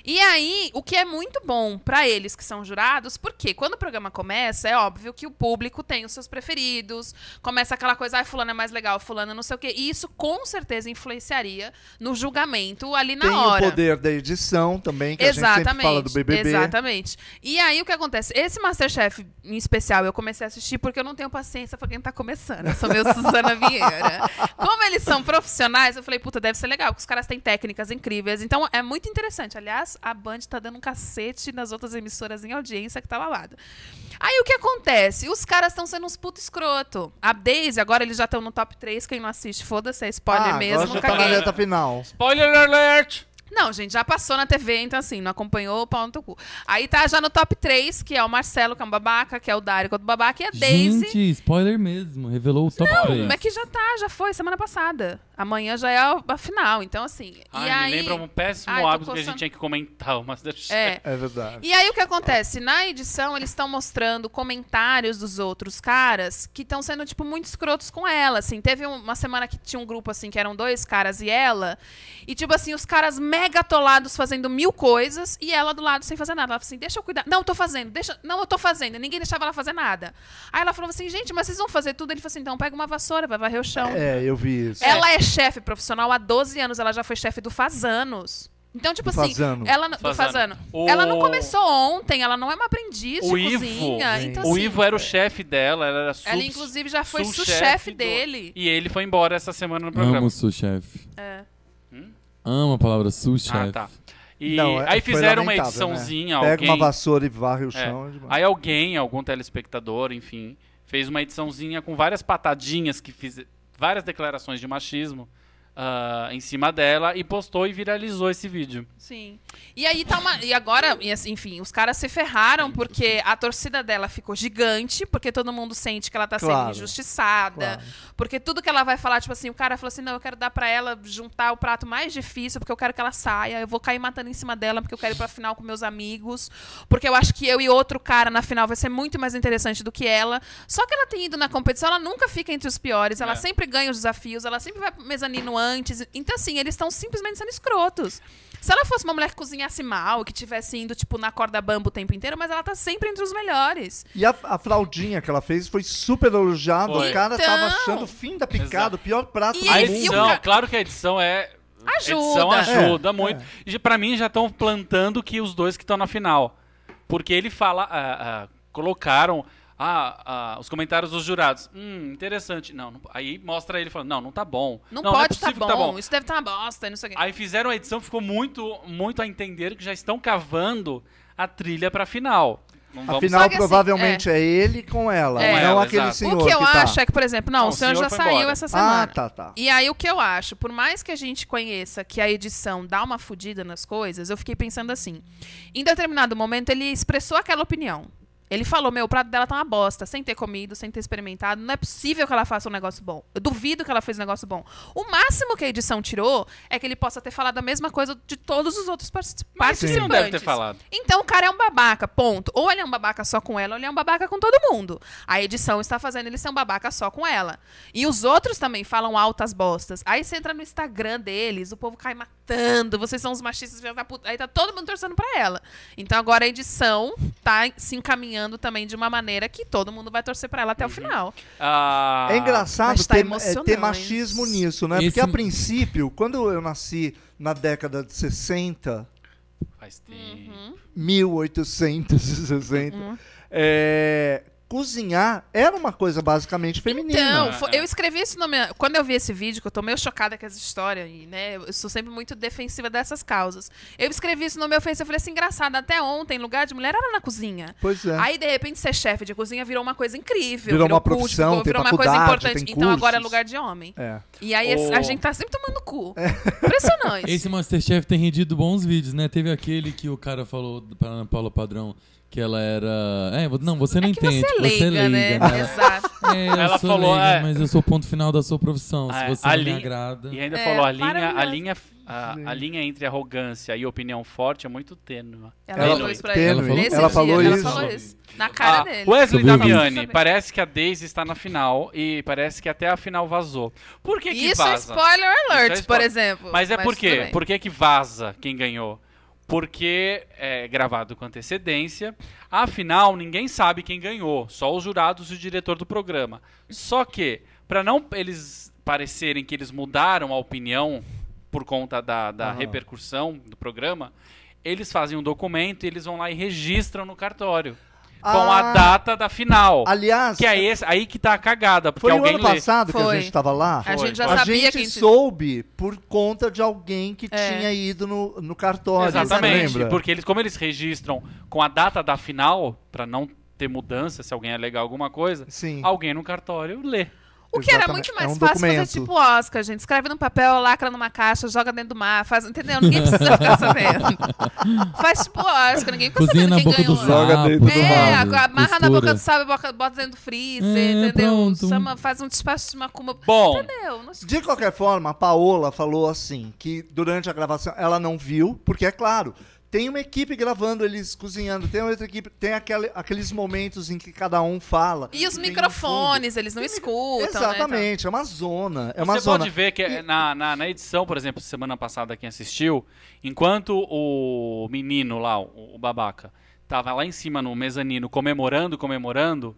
Speaker 3: E aí, o que é muito bom pra eles que são jurados, porque quando o programa começa, é óbvio que o público tem os seus preferidos, começa aquela coisa, ai, fulano é mais legal, fulano não sei o quê. E isso com certeza influenciaria no julgamento ali na
Speaker 6: Tem
Speaker 3: hora.
Speaker 6: o poder da edição também, que a gente sempre
Speaker 3: Exatamente.
Speaker 6: fala do BBB.
Speaker 3: Exatamente. E aí o que acontece? Esse Masterchef em especial eu comecei a assistir porque eu não tenho paciência pra quem tá começando. Eu sou meio Suzana Vieira. Como eles são profissionais, eu falei, puta, deve ser legal, porque os caras têm técnicas incríveis. Então é muito interessante. Aliás, a Band tá dando um cacete nas outras emissoras em audiência que tá babado. Aí o que acontece? Os caras estão sendo uns puto escroto. A Daisy, agora eles já estão no top 3. Quem não assiste, foda-se, é spoiler
Speaker 6: ah,
Speaker 3: mesmo.
Speaker 6: agora já tá
Speaker 3: caguei.
Speaker 6: na reta final.
Speaker 5: Spoiler alert!
Speaker 3: Não, gente, já passou na TV, então assim, não acompanhou o pau no teu cu. Aí tá já no top 3, que é o Marcelo, que é um babaca, que é o Dário, que é outro babaca, e a Daisy.
Speaker 4: Gente, spoiler mesmo. Revelou o top
Speaker 3: Não,
Speaker 4: 3.
Speaker 3: mas que já tá, já foi, semana passada. Amanhã já é a final, então assim.
Speaker 5: Ai,
Speaker 3: e
Speaker 5: me
Speaker 3: aí...
Speaker 5: lembra um péssimo
Speaker 3: Ai, tô
Speaker 5: hábito que a gente
Speaker 3: coçando-
Speaker 5: tinha que comentar o Masterchef.
Speaker 3: É.
Speaker 6: É verdade.
Speaker 3: E aí o que acontece? Na edição, eles estão mostrando comentários dos outros caras que estão sendo, tipo, muito escrotos com ela, assim. Teve um- uma semana que tinha um grupo, assim, que eram dois caras e ela. E, tipo assim, os caras mega atolados fazendo mil coisas e ela do lado sem fazer nada. Ela falou assim, deixa eu cuidar. Não, eu tô fazendo. Deixa... Não, eu tô fazendo. E Ninguém deixava ela fazer nada. Aí ela falou assim, gente, mas vocês vão fazer tudo? Ele falou assim, então pega uma vassoura, vai varrer o chão.
Speaker 6: É, eu vi isso.
Speaker 3: Ela é chefe profissional há 12 anos, ela já foi chefe do Fazanos. Então, tipo
Speaker 6: Do
Speaker 3: assim,
Speaker 6: Fazano.
Speaker 3: ela não- do
Speaker 5: Fazano.
Speaker 3: Fazano.
Speaker 5: O-
Speaker 3: Ela não começou ontem, ela não é uma aprendiz
Speaker 5: O
Speaker 3: de
Speaker 5: Ivo,
Speaker 3: cozinha.
Speaker 6: gente.
Speaker 3: Então,
Speaker 5: o
Speaker 3: assim,
Speaker 5: Ivo era o chefe dela, ela era sub,
Speaker 3: ela inclusive já foi
Speaker 5: sous-chefe
Speaker 3: sous-chefe
Speaker 5: do-
Speaker 3: dele.
Speaker 5: E ele foi embora essa semana no programa.
Speaker 4: Amo o sous-chefe.
Speaker 3: É.
Speaker 4: Amo a palavra sous-chefe.
Speaker 5: Hum? Ah, tá. E
Speaker 6: Não, é-
Speaker 5: aí
Speaker 6: foi
Speaker 5: fizeram uma
Speaker 6: lamentável, né?
Speaker 5: ediçãozinha,
Speaker 6: Pega
Speaker 5: alguém...
Speaker 6: uma vassoura e varre o
Speaker 5: É.
Speaker 6: chão. é demais.
Speaker 5: Aí alguém, algum telespectador, enfim, fez uma ediçãozinha com várias patadinhas que fiz várias declarações de machismo ah, em cima dela e postou e viralizou esse vídeo.
Speaker 3: Sim. E aí tá uma. E agora, e assim, enfim, os caras se ferraram porque a torcida dela ficou gigante, porque todo mundo sente que ela tá
Speaker 6: Claro.
Speaker 3: sendo injustiçada.
Speaker 6: Claro.
Speaker 3: Porque tudo que ela vai falar, tipo assim, o cara falou assim: não, eu quero dar pra ela juntar o prato mais difícil, porque eu quero que ela saia. Eu vou cair matando em cima dela, porque eu quero ir pra final com meus amigos. Porque eu acho que eu e outro cara na final vai ser muito mais interessante do que ela. Só que ela tem ido na competição, ela nunca fica entre os piores, ela
Speaker 5: É.
Speaker 3: sempre ganha os desafios, ela sempre vai pro mezanino antes. Então, assim, eles estão simplesmente sendo escrotos. Se ela fosse uma mulher que cozinhasse mal, que tivesse indo, tipo, na corda bamba o tempo inteiro, mas ela tá sempre entre os melhores.
Speaker 6: E a, a fraldinha que ela fez foi super elogiada.
Speaker 5: Foi.
Speaker 6: O cara
Speaker 3: Então.
Speaker 6: tava achando o fim da picada,
Speaker 5: Exato.
Speaker 6: o pior prato
Speaker 3: E
Speaker 6: do
Speaker 5: A
Speaker 3: aí,
Speaker 6: mundo.
Speaker 3: e o
Speaker 5: edição,
Speaker 3: ca-
Speaker 5: claro que a edição é.
Speaker 3: Ajuda.
Speaker 5: Edição ajuda
Speaker 6: É,
Speaker 5: muito. E pra mim já estão plantando que os dois que estão na final. Porque ele fala. ah, ah, colocaram ah, ah, os comentários dos jurados. Hum, interessante. Não, não- aí mostra ele falando: não, não tá bom.
Speaker 3: Não,
Speaker 5: é
Speaker 3: pode tá
Speaker 5: possível
Speaker 3: bom,
Speaker 5: que
Speaker 3: isso deve tá uma bosta, e não sei o quê.
Speaker 5: Aí fizeram a edição, ficou muito, muito a entender que já estão cavando a trilha pra final. Não vamos-
Speaker 6: Afinal,
Speaker 3: Só que assim,
Speaker 6: provavelmente é. ele com ela,
Speaker 3: É.
Speaker 6: não
Speaker 3: Com
Speaker 5: ela,
Speaker 6: aquele
Speaker 5: exato.
Speaker 6: senhor
Speaker 3: o que eu
Speaker 6: tá.
Speaker 3: acho é que, por exemplo, não,
Speaker 5: Não,
Speaker 3: o senhor,
Speaker 5: o senhor
Speaker 3: já
Speaker 5: foi
Speaker 3: saiu
Speaker 5: embora.
Speaker 3: essa semana.
Speaker 6: Ah, tá, tá.
Speaker 3: E aí o que eu acho, por mais que a gente conheça que a edição dá uma fudida nas coisas, eu fiquei pensando assim. Em determinado momento ele expressou aquela opinião. Ele falou: "Meu, o prato dela tá uma bosta, sem ter comido, sem ter experimentado, não é possível que ela faça um negócio bom. Eu duvido que ela fez um negócio bom". O máximo que a edição tirou é que ele possa ter falado a mesma coisa de todos os outros partic-
Speaker 5: Mas
Speaker 3: participantes.
Speaker 5: ele não deve ter falado.
Speaker 3: Então o cara é um babaca, ponto. Ou ele é um babaca só com ela, ou ele é um babaca com todo mundo. A edição está fazendo ele ser um babaca só com ela. E os outros também falam altas bostas. Aí você entra no Instagram deles, o povo cai matando, vocês são os machistas, filha da puta. Aí tá todo mundo torcendo pra ela. Então agora a edição tá se encaminhando também de uma maneira que todo mundo vai torcer pra ela até o final.
Speaker 5: Ah,
Speaker 6: É engraçado
Speaker 3: Mas tá
Speaker 6: ter,
Speaker 3: emocionante.
Speaker 6: ter machismo nisso, né?
Speaker 4: Esse-
Speaker 6: Porque a princípio, quando eu nasci na década de 60,
Speaker 3: Uhum.
Speaker 5: Faz tempo.
Speaker 6: 1860, é, cozinhar era uma coisa basicamente feminina.
Speaker 3: Então, fo- eu escrevi isso no meu. Quando eu vi esse vídeo, que eu tô meio chocada com essa história, e, né? Eu sou sempre muito defensiva dessas causas. Eu escrevi isso no meu Face, eu falei assim, engraçado, até ontem, lugar de mulher era na cozinha.
Speaker 6: Pois é.
Speaker 3: Aí, de repente, ser chefe de cozinha virou uma coisa incrível.
Speaker 6: Virou uma
Speaker 3: culto,
Speaker 6: profissão,
Speaker 3: ficou-
Speaker 6: tem
Speaker 3: virou uma coisa
Speaker 6: faculdade,
Speaker 3: importante.
Speaker 6: tem
Speaker 3: então agora é
Speaker 6: cursos.
Speaker 3: lugar de homem.
Speaker 6: É.
Speaker 3: E aí
Speaker 5: Ô.
Speaker 3: a gente tá sempre tomando cu. Impressionante.
Speaker 4: Esse Masterchef tem rendido bons vídeos, né? Teve aquele que o cara falou pra Ana Paula Padrão que ela era. É, vo- não, você não
Speaker 3: é que
Speaker 4: entende.
Speaker 3: você é leiga, né? Exato.
Speaker 4: É, eu
Speaker 5: Ela
Speaker 4: sou
Speaker 5: falou,
Speaker 4: leiga,
Speaker 5: é.
Speaker 4: mas eu sou o ponto final da sua profissão.
Speaker 5: Ah,
Speaker 4: Se você
Speaker 5: a
Speaker 4: não
Speaker 5: linha-
Speaker 4: me agrada.
Speaker 5: E ainda
Speaker 3: É,
Speaker 5: falou, a linha, a,
Speaker 3: maravilhoso.
Speaker 5: linha, a, a linha entre arrogância e opinião forte é muito tênue.
Speaker 3: Ela,
Speaker 6: Ela
Speaker 3: falou isso pra
Speaker 6: tênue,
Speaker 3: ele.
Speaker 4: ela
Speaker 3: nesse
Speaker 4: falou
Speaker 3: dia,
Speaker 6: isso.
Speaker 3: Ela falou isso. Na cara
Speaker 5: Ah,
Speaker 3: dele.
Speaker 5: Wesley
Speaker 4: Sobre o
Speaker 5: Damiani,
Speaker 3: vídeo.
Speaker 5: parece que a Daisy está na final e parece que até a final vazou. Por que, que
Speaker 3: Isso é
Speaker 5: vaza?
Speaker 3: spoiler alert,
Speaker 5: Isso é
Speaker 3: por
Speaker 5: spoiler.
Speaker 3: exemplo.
Speaker 5: Mas é por
Speaker 3: Tipo, tudo
Speaker 5: quê?
Speaker 3: bem.
Speaker 5: Por que, que vaza quem ganhou? Porque é gravado com antecedência. Afinal, ninguém sabe quem ganhou, só os jurados e o diretor do programa. Só que, para não eles parecerem que eles mudaram a opinião por conta da, da
Speaker 6: Aham.
Speaker 5: repercussão do programa, eles fazem um documento e eles vão lá e registram no cartório. Com
Speaker 6: Ah.
Speaker 5: a data da final.
Speaker 6: Aliás,
Speaker 5: Que é esse, aí que tá a cagada, porque
Speaker 6: foi o
Speaker 5: alguém
Speaker 6: ano
Speaker 5: lê.
Speaker 6: passado que
Speaker 3: Foi.
Speaker 6: a gente estava lá.
Speaker 3: A
Speaker 5: Foi.
Speaker 3: gente já
Speaker 6: a
Speaker 3: sabia
Speaker 6: gente
Speaker 3: que a gente...
Speaker 6: soube por conta de alguém que
Speaker 3: É.
Speaker 6: tinha ido no, no cartório.
Speaker 5: Exatamente,
Speaker 6: lembra?
Speaker 5: porque eles, como eles registram com a data da final, pra não ter mudança, se alguém alegar alguma coisa,
Speaker 6: Sim.
Speaker 5: alguém no cartório lê.
Speaker 3: O que era
Speaker 6: Exatamente.
Speaker 3: muito mais
Speaker 6: É um
Speaker 3: fácil
Speaker 6: documento.
Speaker 3: fazer tipo Oscar, gente. Escreve num papel, lacra numa caixa, joga dentro do mar, faz... Entendeu? Ninguém precisa ficar sabendo. faz tipo Oscar, ninguém fica
Speaker 4: Cozinha
Speaker 3: sabendo
Speaker 4: na
Speaker 3: quem
Speaker 4: boca do
Speaker 3: ganhou.
Speaker 4: sapo.
Speaker 6: Joga dentro do
Speaker 3: É,
Speaker 4: sabe?
Speaker 3: amarra na boca
Speaker 4: Costura.
Speaker 3: do sábio, bota, bota dentro do freezer,
Speaker 4: É,
Speaker 3: entendeu?
Speaker 4: pronto.
Speaker 3: Chama- faz um despacho de macumba.
Speaker 5: Bom,
Speaker 3: Entendeu? Não
Speaker 6: De qualquer forma, a Paola falou assim que durante a gravação ela não viu, porque é claro, tem uma equipe gravando eles cozinhando, tem outra equipe, tem aquele- aqueles momentos em que cada um fala.
Speaker 3: E os
Speaker 6: tem um
Speaker 3: microfones, eles não
Speaker 6: fundo.
Speaker 3: escutam, né?
Speaker 6: Exatamente, é uma zona, é uma
Speaker 5: Você
Speaker 6: zona.
Speaker 5: pode ver que eh, na, na, na edição, por exemplo, semana passada, quem assistiu, enquanto o menino lá, o, o babaca, tava lá em cima no mezanino comemorando, comemorando,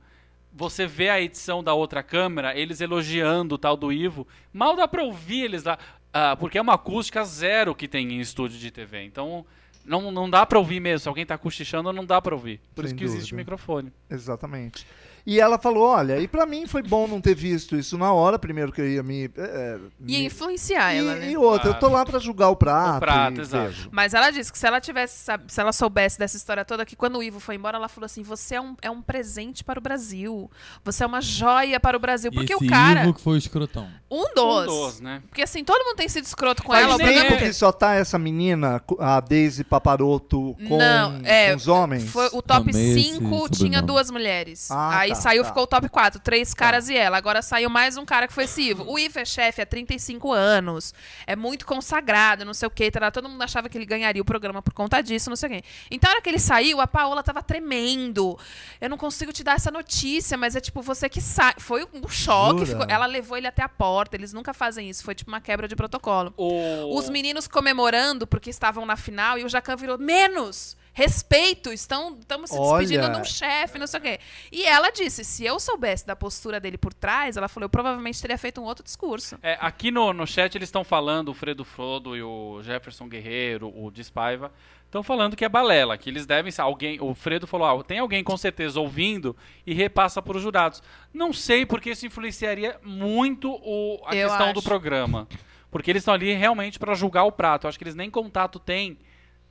Speaker 5: você vê a edição da outra câmera, eles elogiando o tal do Ivo. Mal dá pra ouvir eles lá, ah, porque é uma acústica zero que tem em estúdio de TV. Então, não, não dá pra ouvir mesmo. Se alguém tá cochichando, não dá pra ouvir. Por
Speaker 6: Sem
Speaker 5: isso que existe
Speaker 6: dúvida.
Speaker 5: microfone.
Speaker 6: Exatamente. E ela falou, olha, e pra mim foi bom não ter visto isso na hora, primeiro que eu ia me... é,
Speaker 3: E
Speaker 6: me-
Speaker 3: influenciar ela,
Speaker 6: e,
Speaker 3: né?
Speaker 6: e outra, eu tô lá pra julgar o prato.
Speaker 5: prato,
Speaker 6: e
Speaker 5: exato.
Speaker 6: vejo.
Speaker 3: Mas ela disse que se ela tivesse, sab- se ela soubesse dessa história toda, que quando o Ivo foi embora, ela falou assim: você é um, é um presente para o Brasil. Você é uma joia para o Brasil.
Speaker 4: E
Speaker 3: Porque
Speaker 4: esse
Speaker 3: o cara.
Speaker 4: Ivo que foi o escrotão.
Speaker 3: Um dos.
Speaker 5: Um dos, né?
Speaker 3: Porque assim, todo mundo tem sido escroto com
Speaker 5: Faz
Speaker 3: ela, o
Speaker 6: Faz
Speaker 5: nem
Speaker 3: problema
Speaker 6: tempo
Speaker 5: é-
Speaker 6: que só tá essa menina, a Daisy Paparoto, com,
Speaker 3: Não, é,
Speaker 6: com os homens?
Speaker 3: Foi o top
Speaker 4: Amei esse
Speaker 3: 5
Speaker 4: sobrenome.
Speaker 3: tinha duas mulheres.
Speaker 6: Ah,
Speaker 3: Aí
Speaker 6: tá,
Speaker 3: saiu,
Speaker 6: tá.
Speaker 3: ficou o top 4, três caras e ela. Agora saiu mais um cara que foi esse Ivo. O Ivo é chefe há 35 anos, é muito consagrado, não sei o quê. tará. Todo mundo achava que ele ganharia o programa por conta disso, não sei o quê. Então, na hora que ele saiu, a Paola tava tremendo. Eu não consigo te dar essa notícia, mas é tipo você que sai. Foi um choque.
Speaker 6: Jura?
Speaker 3: ficou- Ela levou ele até a porta, eles nunca fazem isso. Foi tipo uma quebra de protocolo.
Speaker 5: O...
Speaker 3: Os meninos comemorando porque estavam na final e o Jacan virou menos. Respeito, estão estamos se despedindo
Speaker 6: Olha.
Speaker 3: de um chefe, não sei o quê. E ela disse: se eu soubesse da postura dele por trás, ela falou, eu provavelmente teria feito um outro discurso.
Speaker 5: É, aqui no, no chat eles estão falando, o Fredo Frodo e o Jefferson Guerreiro, o Despaiva, estão falando que é balela, que eles devem. sa- Alguém, o Fredo falou: ah, tem alguém com certeza ouvindo e repassa para os jurados. Não sei, porque isso influenciaria muito o, a
Speaker 3: Eu
Speaker 5: questão
Speaker 3: acho.
Speaker 5: do programa. Porque eles estão ali realmente para julgar o prato. Eu acho que eles nem contato têm,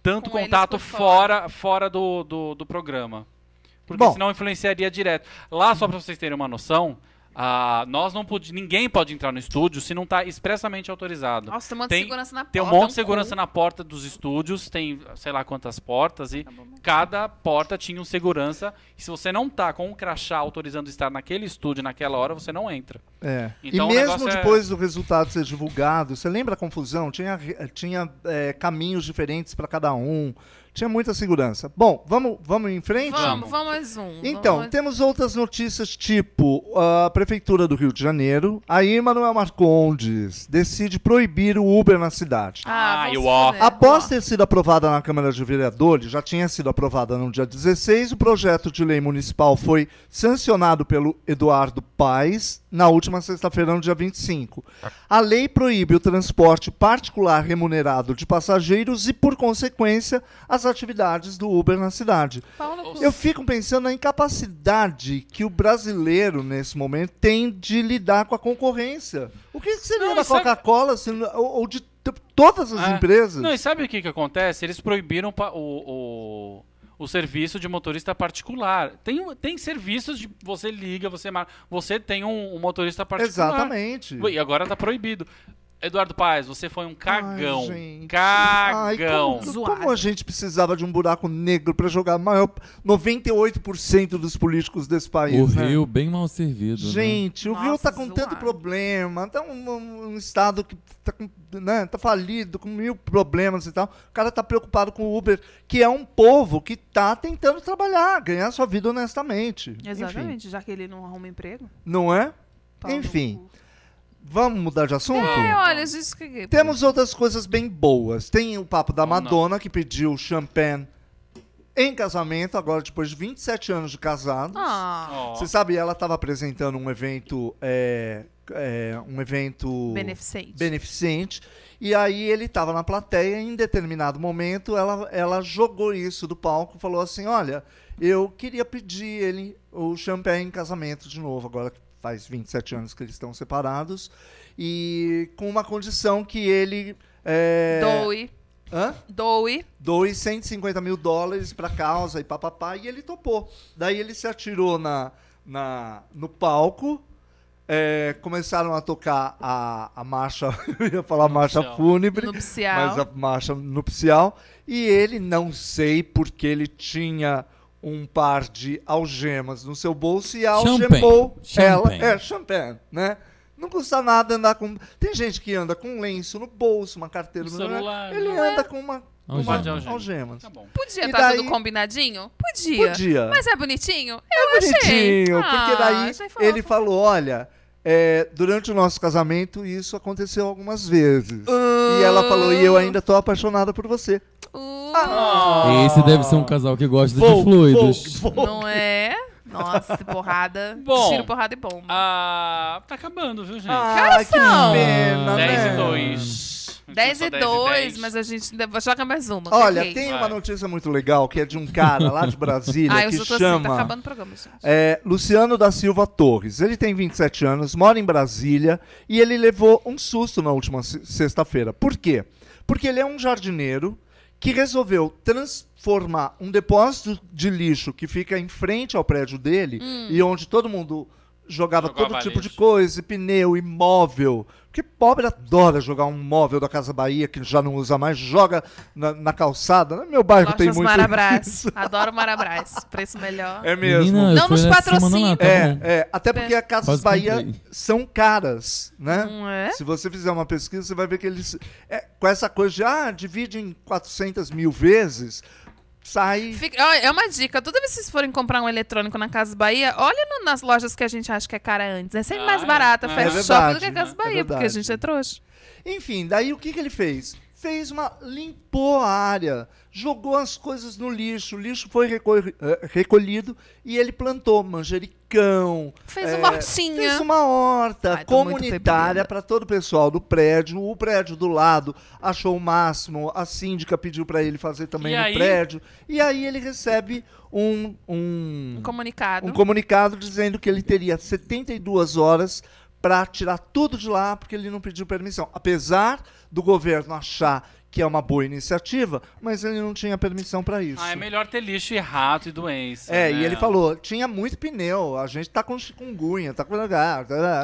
Speaker 5: tanto
Speaker 3: Com eles
Speaker 5: contato
Speaker 3: por
Speaker 5: fora, fora do, do, do programa. Porque
Speaker 6: Bom.
Speaker 5: senão influenciaria direto. Lá, só pra vocês terem uma noção, ah, nós não pod... ninguém pode entrar no estúdio se não tá expressamente autorizado.
Speaker 3: Nossa, tem um monte
Speaker 5: Tem-
Speaker 3: de segurança na porta.
Speaker 5: Ah, Tem um monte de
Speaker 3: cu.
Speaker 5: segurança na porta dos estúdios, tem sei lá quantas portas, e cada porta tinha um segurança. E se você não tá com um crachá autorizando estar naquele estúdio naquela hora, você não entra.
Speaker 6: É.
Speaker 5: Então, o
Speaker 6: e mesmo
Speaker 5: negócio é-
Speaker 6: depois do resultado ser divulgado, você lembra a confusão? Tinha, tinha é, caminhos diferentes para cada um, tinha muita segurança. Bom, vamos, vamos em frente?
Speaker 3: Vamos, vamos mais um.
Speaker 6: Então,
Speaker 3: vamos mais-
Speaker 6: temos outras notícias, tipo a Prefeitura do Rio de Janeiro, aí Manuel Marcondes decide proibir o Uber na cidade.
Speaker 5: Ah,
Speaker 3: um. vamos
Speaker 5: eu
Speaker 3: se
Speaker 5: ó.
Speaker 3: fuder.
Speaker 6: Após ter sido aprovada na Câmara de Vereadores, já tinha sido aprovada no dia 16, o projeto de lei municipal foi sancionado pelo Eduardo Paes na última sexta-feira, no dia 25. A lei proíbe o transporte particular remunerado de passageiros e, por consequência, as as atividades do Uber na cidade.
Speaker 3: Paulo,
Speaker 6: Eu fico pensando na incapacidade que o brasileiro, nesse momento, tem de lidar com a concorrência. O que, que seria
Speaker 5: Não, e
Speaker 6: da
Speaker 5: sabe-
Speaker 6: Coca-Cola se não- ou, ou de t- todas as
Speaker 5: É.
Speaker 6: empresas?
Speaker 5: Não, e sabe o que, que acontece? Eles proibiram pa- o, o, o serviço de motorista particular. Tem, um- tem serviços de você liga, você marca, você tem um, um motorista particular.
Speaker 6: Exatamente.
Speaker 5: E agora tá proibido. Eduardo Paes, você foi um cagão.
Speaker 6: Ai, gente. Ai,
Speaker 5: cagão.
Speaker 6: como,
Speaker 3: Zoado.
Speaker 6: como a gente precisava de um buraco negro pra jogar maior 98% dos políticos desse país,
Speaker 4: O
Speaker 6: né?
Speaker 4: Rio bem mal servido. né?
Speaker 6: Gente, o Rio
Speaker 3: Nossa,
Speaker 6: tá com
Speaker 3: zoado.
Speaker 6: tanto problema, tá um, um- um estado que tá, com- né, tá falido, com mil problemas e tal. O cara tá preocupado com o Uber, que é um povo que tá tentando trabalhar, ganhar sua vida honestamente. Enfim,
Speaker 3: Exatamente, já que ele não arruma emprego.
Speaker 6: não é?
Speaker 3: Paulo no
Speaker 6: Enfim.
Speaker 3: cu.
Speaker 6: Vamos mudar de assunto?
Speaker 3: É, olha, isso que...
Speaker 6: Temos outras coisas bem boas. Tem o papo da
Speaker 5: Ou não.
Speaker 6: Madonna, que pediu champanhe em casamento, agora depois de 27 anos de casado.
Speaker 3: Ah,
Speaker 5: Ó,
Speaker 6: Você sabe, ela estava apresentando um evento. é, é, um evento.
Speaker 3: beneficente.
Speaker 6: beneficente. E aí ele estava na plateia, e em determinado momento ela, ela jogou isso do palco, falou assim: Olha, eu queria pedir ele o champanhe em casamento de novo, agora que faz 27 anos que eles estão separados, e com uma condição que ele. É,
Speaker 3: Doe,
Speaker 6: Hã?
Speaker 3: doe.
Speaker 6: doe 150 mil dólares pra causa e papapá, e ele topou. Daí ele se atirou na, na, no palco, é, começaram a tocar a, a marcha, eu ia falar marcha
Speaker 5: Nupcial.
Speaker 6: fúnebre,
Speaker 3: Nupcial.
Speaker 6: É. mas a marcha nupcial, e ele, não sei porque ele tinha um par de algemas no seu bolso e algemou
Speaker 4: Champanhe.
Speaker 6: ela.
Speaker 4: Champanhe.
Speaker 6: É, champanhe, né? Não custa nada andar com. Tem gente que anda com um lenço no bolso, uma carteira
Speaker 5: Um
Speaker 6: no
Speaker 5: celular,
Speaker 6: Ele
Speaker 5: né?
Speaker 6: anda com uma, com
Speaker 4: Algema.
Speaker 6: uma
Speaker 5: Algema.
Speaker 6: algema.
Speaker 5: tá bom.
Speaker 3: Podia
Speaker 6: E
Speaker 3: estar
Speaker 6: daí-
Speaker 3: tudo combinadinho? Podia.
Speaker 6: Podia.
Speaker 3: Mas é bonitinho? Eu achei.
Speaker 6: Bonitinho,
Speaker 3: Ah,
Speaker 6: porque daí
Speaker 3: achei fofo.
Speaker 6: ele falou: olha, é, durante o nosso casamento isso aconteceu algumas vezes. E ela falou: e eu
Speaker 3: Ah.
Speaker 6: ainda tô apaixonada por você.
Speaker 3: Uh,
Speaker 6: Ah.
Speaker 4: Esse deve ser um casal que gosta de
Speaker 6: Vou,
Speaker 4: fluidos.
Speaker 6: vou, vou.
Speaker 3: Não é? Nossa, porrada.
Speaker 5: Bom.
Speaker 3: Tiro, porrada e bomba.
Speaker 5: Ah, tá acabando, viu, gente?
Speaker 6: Ah, que
Speaker 3: são?
Speaker 6: pena,
Speaker 5: 10
Speaker 6: né?
Speaker 5: e 2.
Speaker 3: 10 e 2, mas a gente ainda- joga mais uma.
Speaker 6: Olha,
Speaker 3: caguei.
Speaker 6: tem
Speaker 5: Vai.
Speaker 6: uma notícia muito legal que é de um cara lá de Brasília
Speaker 3: Ah, eu
Speaker 6: que
Speaker 3: já tô assim, tá
Speaker 6: chama.
Speaker 3: acabando o programa, gente.
Speaker 6: É, Luciano da Silva Torres. Ele tem 27 anos, mora em Brasília e ele levou um susto na última se- sexta-feira. Por quê? Porque ele é um jardineiro que resolveu transformar um depósito de lixo que fica em frente ao prédio dele e onde todo mundo jogava
Speaker 5: Jogava
Speaker 6: todo tipo de
Speaker 5: lixo.
Speaker 6: coisa, e pneu, e móvel. Porque pobre adora jogar um móvel da Casa Bahia que já não usa mais, joga na, na calçada. No meu bairro tem
Speaker 3: Lojas
Speaker 6: muito.
Speaker 3: Marabras.
Speaker 6: isso.
Speaker 3: Adoro Marabras. Preço melhor.
Speaker 6: É mesmo.
Speaker 4: Menina, eu
Speaker 3: Não
Speaker 4: fui
Speaker 3: nos
Speaker 4: lá semana lá,
Speaker 3: patrocina.
Speaker 4: tá
Speaker 6: É,
Speaker 4: bom.
Speaker 6: é, até porque as Casas
Speaker 4: Quase
Speaker 6: Bahia
Speaker 4: comprei.
Speaker 6: são caras, né?
Speaker 3: Não é?
Speaker 6: Se você fizer uma pesquisa, você vai ver que eles. é, com essa coisa de, ah, divide em 400 mil vezes, sai.
Speaker 3: Fica- ó, é uma dica. Toda vez que vocês forem comprar um eletrônico na Casa Bahia, olha no- nas lojas que a gente acha que é cara antes. É sempre
Speaker 5: Ah,
Speaker 3: mais
Speaker 5: é.
Speaker 3: barata,
Speaker 5: É
Speaker 3: fast shop
Speaker 6: verdade,
Speaker 3: do que a Casa
Speaker 6: é
Speaker 3: Bahia, porque a
Speaker 6: verdade.
Speaker 3: gente é trouxa.
Speaker 6: Enfim, daí o que, que ele fez? Fez uma. limpou a área, jogou as coisas no lixo, o lixo foi recolhi- eh, recolhido e ele plantou manjericão,
Speaker 3: Fez
Speaker 6: É,
Speaker 3: uma hortinha.
Speaker 6: Fez uma horta
Speaker 3: Ai, tô muito
Speaker 6: comunitária
Speaker 3: febrina.
Speaker 6: para todo o pessoal do prédio. O prédio do lado achou o máximo. A síndica pediu para ele fazer também
Speaker 5: E
Speaker 6: no
Speaker 5: aí?
Speaker 6: prédio. E aí ele recebe um, um,
Speaker 3: Um comunicado.
Speaker 6: um comunicado dizendo que ele teria 72 horas para tirar tudo de lá porque ele não pediu permissão. Apesar do governo achar que é uma boa iniciativa, mas ele não tinha permissão para
Speaker 3: assim-
Speaker 6: isso.
Speaker 5: Ah, é melhor ter lixo e rato e doença.
Speaker 6: É,
Speaker 5: né?
Speaker 6: e ele falou, tinha muito pneu, a gente tá com chikungunya, tá com...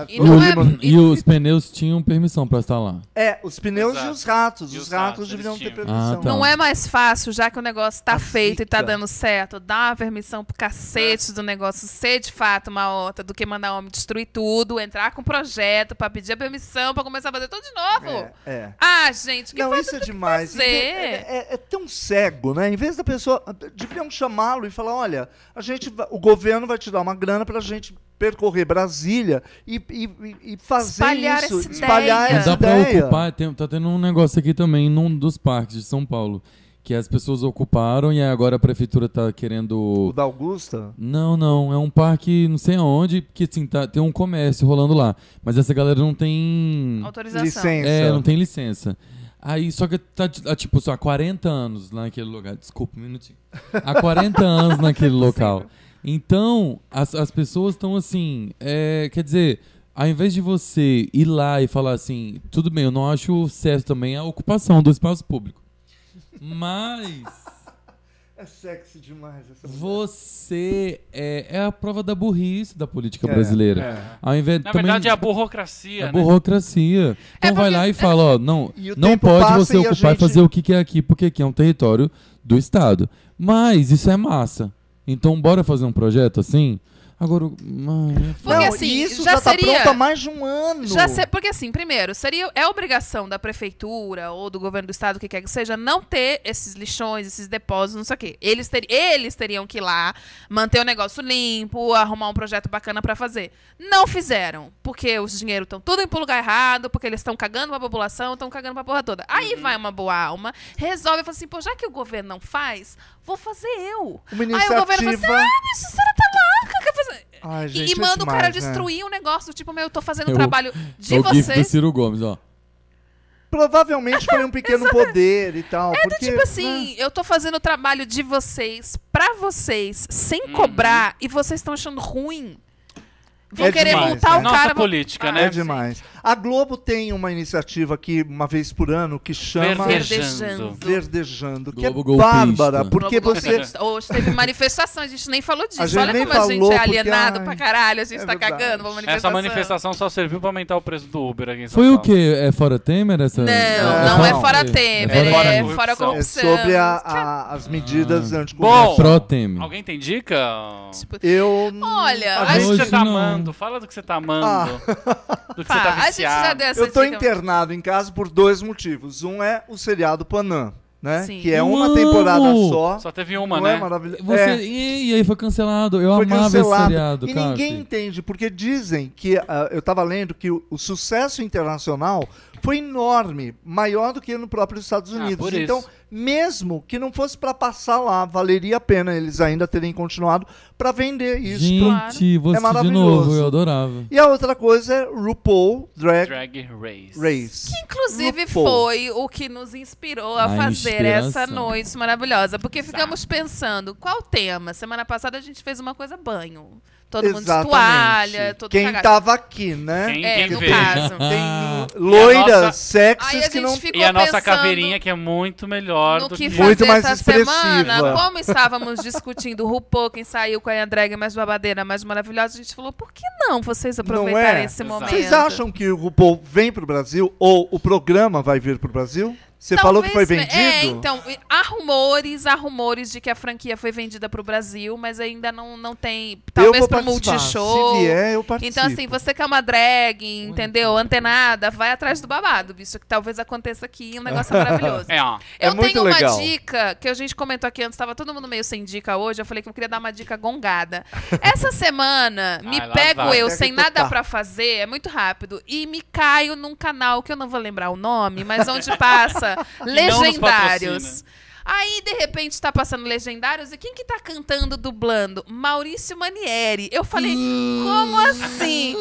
Speaker 3: E não é-
Speaker 6: Lima.
Speaker 4: E os pneus tinham permissão pra estar lá.
Speaker 6: É, os pneus
Speaker 5: Exato.
Speaker 6: e os ratos.
Speaker 5: E
Speaker 6: os
Speaker 5: os ratos,
Speaker 6: ratos
Speaker 5: eles
Speaker 6: deveriam ter
Speaker 5: tinham.
Speaker 6: permissão.
Speaker 4: Ah, tá.
Speaker 3: Não é mais fácil, já que o negócio tá
Speaker 6: A
Speaker 3: feito e tá
Speaker 6: zica.
Speaker 3: dando certo, dar uma permissão pro
Speaker 6: É.
Speaker 3: cacete do negócio ser de fato uma horta do que mandar homem destruir tudo, entrar com um projeto pra pedir a permissão pra começar a fazer tudo de novo.
Speaker 6: É, é.
Speaker 3: Ah, gente, que
Speaker 6: não,
Speaker 3: faz
Speaker 6: isso é demais.
Speaker 3: fazer.
Speaker 6: É, é- é tão cego, né? Em vez da pessoa. Deveriam chamá-lo e falar: olha, a gente, va- o governo vai te dar uma grana pra gente percorrer Brasília e, e- e- e fazer
Speaker 3: Espalhar
Speaker 6: isso.
Speaker 3: essa
Speaker 6: espalhar
Speaker 3: ideia.
Speaker 6: essa
Speaker 4: Dá pra
Speaker 6: ideia.
Speaker 4: ocupar, tem- tá tendo um negócio aqui também num dos parques de São Paulo, que as pessoas ocuparam e aí agora a prefeitura tá
Speaker 6: O
Speaker 4: querendo...
Speaker 6: da Augusta?
Speaker 4: Não, não, é um parque não sei aonde, que assim, tá, tem um comércio rolando lá, mas essa galera não tem...
Speaker 3: Autorização.
Speaker 6: Licença.
Speaker 4: É, não É, tem licença. Aí, só que tá, ah, tipo, só há 40 anos naquele lugar. Desculpa, um minutinho. Há 40 anos naquele local. Então, as, as pessoas estão assim. é, quer dizer, ao invés de você ir lá e falar assim, tudo bem, eu não acho certo também a ocupação do espaço público. Mas.
Speaker 6: É sexy demais essa
Speaker 4: Você é, é a prova da burrice da política
Speaker 6: É,
Speaker 4: brasileira.
Speaker 6: é.
Speaker 4: Ao invés,
Speaker 5: Na
Speaker 4: também-
Speaker 5: verdade é a burocracia, né?
Speaker 4: é burocracia. Então vai lá e fala, ó, não,
Speaker 6: E o
Speaker 4: não
Speaker 6: tempo
Speaker 4: pode
Speaker 6: passa
Speaker 4: você
Speaker 6: e a
Speaker 4: ocupar e
Speaker 6: gente-
Speaker 4: fazer o que quer aqui, porque aqui é um território do Estado. Mas isso é massa. Então bora fazer um projeto assim? Agora, o- ai, é
Speaker 3: Porque
Speaker 6: Não,
Speaker 3: assim,
Speaker 6: e isso
Speaker 3: já
Speaker 6: já,
Speaker 3: seria-
Speaker 6: tá pronto há mais de um ano.
Speaker 3: Já se- porque assim, primeiro, seria é obrigação da prefeitura ou do governo do estado, o que quer que seja, não ter esses lixões, esses depósitos, não sei o quê. Eles, ter- eles teriam que ir lá, manter o negócio limpo, arrumar um projeto bacana pra fazer. Não fizeram, porque os dinheiros estão tudo em pro lugar errado, porque eles estão cagando pra população, estão cagando pra porra toda. Aí
Speaker 6: Uhum.
Speaker 3: vai uma boa alma, resolve e fala assim, pô, já que o governo não faz, vou fazer eu.
Speaker 6: Uma
Speaker 3: Aí o governo fala assim,
Speaker 6: iniciativa.
Speaker 3: ah, mas a senhora tá louca, quer fazer...
Speaker 6: Ai,
Speaker 3: E-
Speaker 6: gente,
Speaker 3: e
Speaker 6: é
Speaker 3: manda o cara
Speaker 6: demais, né?
Speaker 3: destruir um negócio, tipo, meu, eu tô fazendo
Speaker 4: É
Speaker 3: um
Speaker 4: o-
Speaker 3: trabalho de
Speaker 4: o gif do
Speaker 3: vocês.
Speaker 4: Ciro Gomes, ó.
Speaker 6: Provavelmente foi um pequeno poder e tal.
Speaker 3: É do
Speaker 6: porque, né?
Speaker 3: tipo assim, eu tô fazendo o trabalho de vocês pra vocês, sem
Speaker 5: Uhum.
Speaker 3: cobrar, e vocês estão achando ruim. Vão
Speaker 6: É
Speaker 3: querer
Speaker 6: demais,
Speaker 3: multar
Speaker 6: né?
Speaker 3: o
Speaker 5: Nossa
Speaker 3: cara. vão-
Speaker 5: política,
Speaker 3: Ah,
Speaker 5: né?
Speaker 6: É demais. A Globo tem uma iniciativa que uma vez por ano que chama
Speaker 5: Verde-
Speaker 3: Verdejando.
Speaker 6: Verdejando, que
Speaker 4: Globo
Speaker 6: é
Speaker 4: golpista.
Speaker 6: bárbara, porque
Speaker 3: Globo
Speaker 6: você é
Speaker 3: golpista. Hoje teve manifestação, a gente nem falou disso.
Speaker 6: A gente
Speaker 3: Olha
Speaker 6: nem
Speaker 3: como a gente
Speaker 6: falou,
Speaker 3: é
Speaker 6: porque,
Speaker 3: alienado
Speaker 6: ai,
Speaker 3: pra caralho, a gente
Speaker 6: é
Speaker 3: tá
Speaker 6: verdade.
Speaker 3: cagando pra manifestação.
Speaker 5: Essa manifestação só serviu pra aumentar o preço do Uber aqui em São
Speaker 4: Foi o
Speaker 5: Paulo.
Speaker 4: quê? É fora Temer essa?
Speaker 3: Não,
Speaker 6: Não,
Speaker 3: não é
Speaker 6: não.
Speaker 3: fora
Speaker 5: É
Speaker 3: Temer,
Speaker 5: fora
Speaker 3: é
Speaker 5: corrupção.
Speaker 3: fora
Speaker 6: é
Speaker 3: corrupção.
Speaker 6: sobre a- a- as medidas
Speaker 4: Ah.
Speaker 6: anticorrupção.
Speaker 5: Bom.
Speaker 4: Pró-Temer.
Speaker 5: Alguém tem dica?
Speaker 3: Tipo,
Speaker 6: Eu
Speaker 3: Olha,
Speaker 5: Fala do que
Speaker 4: Hoje
Speaker 5: você tá
Speaker 4: não.
Speaker 5: amando. Fala do que você tá
Speaker 6: Ah.
Speaker 5: amando. Do que você tá
Speaker 3: pá, a gente já
Speaker 5: viciado.
Speaker 3: deu essa
Speaker 6: Eu tô
Speaker 3: dica.
Speaker 6: internado em casa por dois motivos. Um é o seriado Panam, né?
Speaker 3: Sim.
Speaker 6: Que é
Speaker 4: Eu
Speaker 6: uma
Speaker 4: amo!
Speaker 6: temporada só.
Speaker 5: Só teve uma,
Speaker 6: não
Speaker 5: né?
Speaker 6: é maravilhoso?
Speaker 4: Você,
Speaker 6: É,
Speaker 4: E, e aí foi cancelado. Eu
Speaker 6: foi
Speaker 4: amava esse
Speaker 6: cancelado.
Speaker 4: seriado,
Speaker 6: e
Speaker 4: cara.
Speaker 6: ninguém entende, porque dizem que... ah, eu tava lendo que o, o sucesso internacional foi enorme, maior do que no próprio Estados
Speaker 5: Ah,
Speaker 6: Unidos.
Speaker 5: por isso.
Speaker 6: então, mesmo que não fosse pra passar lá, valeria a pena eles ainda terem continuado pra vender isso. pro-
Speaker 4: Gente, você de
Speaker 6: É maravilhoso.
Speaker 4: novo, eu adorava.
Speaker 6: E a outra coisa é RuPaul Drag,
Speaker 5: Drag Race.
Speaker 6: Race.
Speaker 3: Inclusive
Speaker 6: RuPaul.
Speaker 3: foi o que nos inspirou a,
Speaker 4: A
Speaker 3: fazer
Speaker 4: inspiração.
Speaker 3: essa noite maravilhosa, porque ficamos pensando qual tema. Semana passada a gente fez uma coisa banho, todo mundo de
Speaker 6: Exatamente.
Speaker 3: toalha, todo
Speaker 6: Quem
Speaker 3: cagado.
Speaker 6: tava aqui, né?
Speaker 5: Quem,
Speaker 3: É,
Speaker 5: quem
Speaker 3: no
Speaker 5: fez?
Speaker 3: caso.
Speaker 4: Ah,
Speaker 5: E a
Speaker 6: Loiras,
Speaker 3: Aí
Speaker 5: nossa-
Speaker 3: a
Speaker 6: sexys
Speaker 3: gente
Speaker 6: que não.
Speaker 3: ficou
Speaker 5: E a nossa
Speaker 3: pensando
Speaker 5: caveirinha, que é muito melhor
Speaker 3: no
Speaker 5: do
Speaker 3: que
Speaker 5: que...
Speaker 3: fazer
Speaker 6: Muito mais
Speaker 3: essa
Speaker 6: expressiva.
Speaker 3: semana, como estávamos discutindo o RuPaul, quem saiu com a drag mais babadeira, mais maravilhosa, a gente falou, por que não vocês aproveitarem
Speaker 6: é?
Speaker 3: esse
Speaker 5: Exato.
Speaker 3: momento?
Speaker 6: Vocês acham que o RuPaul vem pro Brasil? Ou o programa vai vir pro Brasil? Você falou que foi
Speaker 3: Talvez,
Speaker 6: vendido?
Speaker 3: É, então, há rumores, há rumores de que a franquia foi vendida pro Brasil, mas ainda não, não tem.
Speaker 6: eu
Speaker 3: Talvez
Speaker 6: vou
Speaker 3: pro
Speaker 6: participar.
Speaker 3: multishow.
Speaker 6: Se vier, eu participo.
Speaker 3: Então, assim, você que é uma drag, entendeu? Antenada, vai atrás do babado, bicho, que talvez aconteça aqui um negócio maravilhoso.
Speaker 5: É, ó.
Speaker 6: É
Speaker 3: Eu
Speaker 6: muito
Speaker 3: tenho uma
Speaker 6: legal.
Speaker 3: dica que a gente comentou aqui antes, tava todo mundo meio sem dica hoje. Eu falei que eu queria dar uma dica gongada. Essa semana, me
Speaker 5: Ai, lá
Speaker 3: pego
Speaker 5: vai.
Speaker 3: eu
Speaker 6: Pega
Speaker 3: sem
Speaker 6: e
Speaker 3: nada
Speaker 6: tocar.
Speaker 3: pra fazer, é muito rápido, e me caio num canal que eu não vou lembrar o nome, mas onde passa
Speaker 5: não nos
Speaker 3: legendários.
Speaker 5: patrocina.
Speaker 3: Aí, de repente, tá passando legendários. E quem que tá cantando, dublando? Maurício Manieri. Eu falei,
Speaker 5: Hum.
Speaker 3: como assim?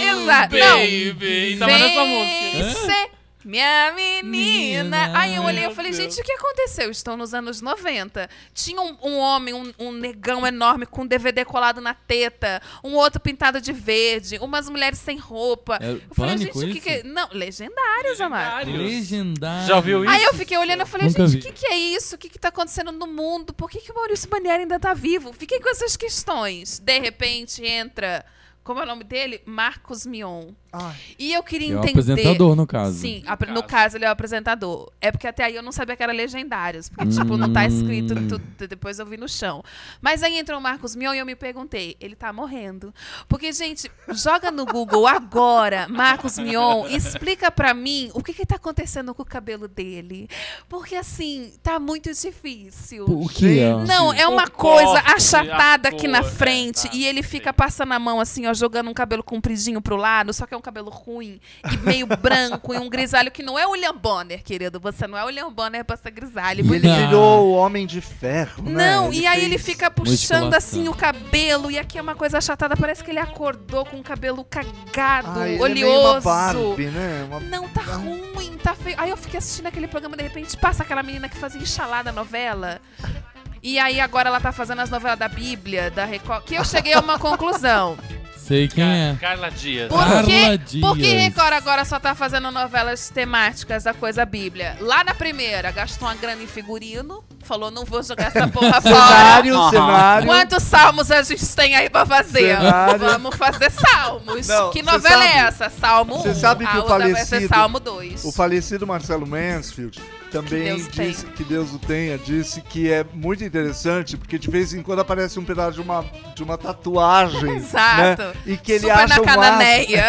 Speaker 3: Exato. Não,
Speaker 5: Baby. Tava nessa música.
Speaker 3: Vence, minha menina.
Speaker 4: Menina.
Speaker 3: Aí eu olhei e falei,
Speaker 5: Meu
Speaker 3: gente, o que aconteceu? Estão nos anos 90. Tinha um, um homem, um, um negão enorme com um DVD colado na teta, um outro pintado de verde, umas mulheres sem roupa.
Speaker 4: É
Speaker 3: eu falei, gente,
Speaker 4: pânico
Speaker 3: o que
Speaker 4: isso?
Speaker 3: que. Não, legendários, amado.
Speaker 4: Legendário.
Speaker 5: Já ouviu isso?
Speaker 3: Aí eu fiquei olhando e falei,
Speaker 4: Nunca
Speaker 3: gente, o
Speaker 4: vi.
Speaker 3: que, que é isso? O que, que tá acontecendo no mundo? Por que, que o Maurício Manieri ainda tá vivo? Fiquei com essas questões. De repente entra. Como é o nome dele? Marcos Mion.
Speaker 6: Ai,
Speaker 3: E eu queria
Speaker 4: Que é o
Speaker 3: entender.
Speaker 4: apresentador, no caso.
Speaker 3: Sim, apre- no
Speaker 5: caso.
Speaker 3: caso ele é o apresentador. É porque até aí eu não sabia que era legendários. Porque, tipo, não
Speaker 4: Hum.
Speaker 3: tá escrito, tu- tu- depois eu vi no chão. Mas aí entrou o Marcos Mion e eu me perguntei, ele tá morrendo. Porque, gente, joga no Google agora, Marcos Mion, e explica pra mim o que que tá acontecendo com o cabelo dele. Porque, assim, tá muito difícil.
Speaker 4: O que é?
Speaker 3: Não, é uma
Speaker 5: O
Speaker 3: coisa
Speaker 5: corte,
Speaker 3: achatada
Speaker 5: a
Speaker 3: aqui na
Speaker 5: cor, é,
Speaker 3: frente
Speaker 5: tá,
Speaker 3: e ele fica
Speaker 5: sim.
Speaker 3: passando a mão assim, ó, jogando um cabelo compridinho pro lado, só que é um cabelo ruim e meio branco e um grisalho que não é o William Bonner, querido. Você não é o William Bonner pra ser grisalho.
Speaker 6: E ele
Speaker 4: Ah.
Speaker 6: virou o Homem de Ferro, né?
Speaker 3: é Não, e aí ele
Speaker 6: fez-
Speaker 3: fica puxando
Speaker 4: Musculação.
Speaker 3: assim o cabelo, e aqui é uma coisa achatada, parece que ele acordou com o cabelo cagado,
Speaker 6: Ah, ele é meio uma
Speaker 3: oleoso.
Speaker 6: Barbie, né? Uma-
Speaker 3: Não, tá ruim, tá feio. Aí eu fiquei assistindo aquele programa, de repente passa aquela menina que fazia enxalada novela. E aí agora ela tá fazendo as novelas da Bíblia, da Record. Que eu cheguei a uma conclusão.
Speaker 4: Sei quem é.
Speaker 5: Carla Dias.
Speaker 3: Por
Speaker 4: Carla
Speaker 3: que, por que
Speaker 4: Dias.
Speaker 3: Record agora só tá fazendo novelas temáticas da coisa Bíblia? Lá na primeira, gastou uma grana em figurino, falou, não vou jogar essa porra fora.
Speaker 6: Cenário, um
Speaker 5: Aham.
Speaker 6: cenário.
Speaker 3: Quantos salmos a gente tem aí pra fazer?
Speaker 6: Cenário.
Speaker 3: Vamos fazer salmos.
Speaker 6: Não,
Speaker 3: que
Speaker 6: cê
Speaker 3: novela é
Speaker 6: sabe-
Speaker 3: essa? Salmo 1.
Speaker 6: cê sabe que
Speaker 3: a
Speaker 6: o
Speaker 3: outra vai ser
Speaker 6: falecido-
Speaker 3: Salmo 2.
Speaker 6: O falecido Marcelo Mansfield também
Speaker 3: Que Deus
Speaker 6: disse
Speaker 3: tenha.
Speaker 6: que Deus o tenha, disse que é muito interessante, porque de vez em quando aparece um pedaço de uma, de uma tatuagem.
Speaker 3: Exato.
Speaker 6: né? E que ele
Speaker 3: Super
Speaker 6: acha
Speaker 3: na
Speaker 6: o máximo,
Speaker 3: cananeia.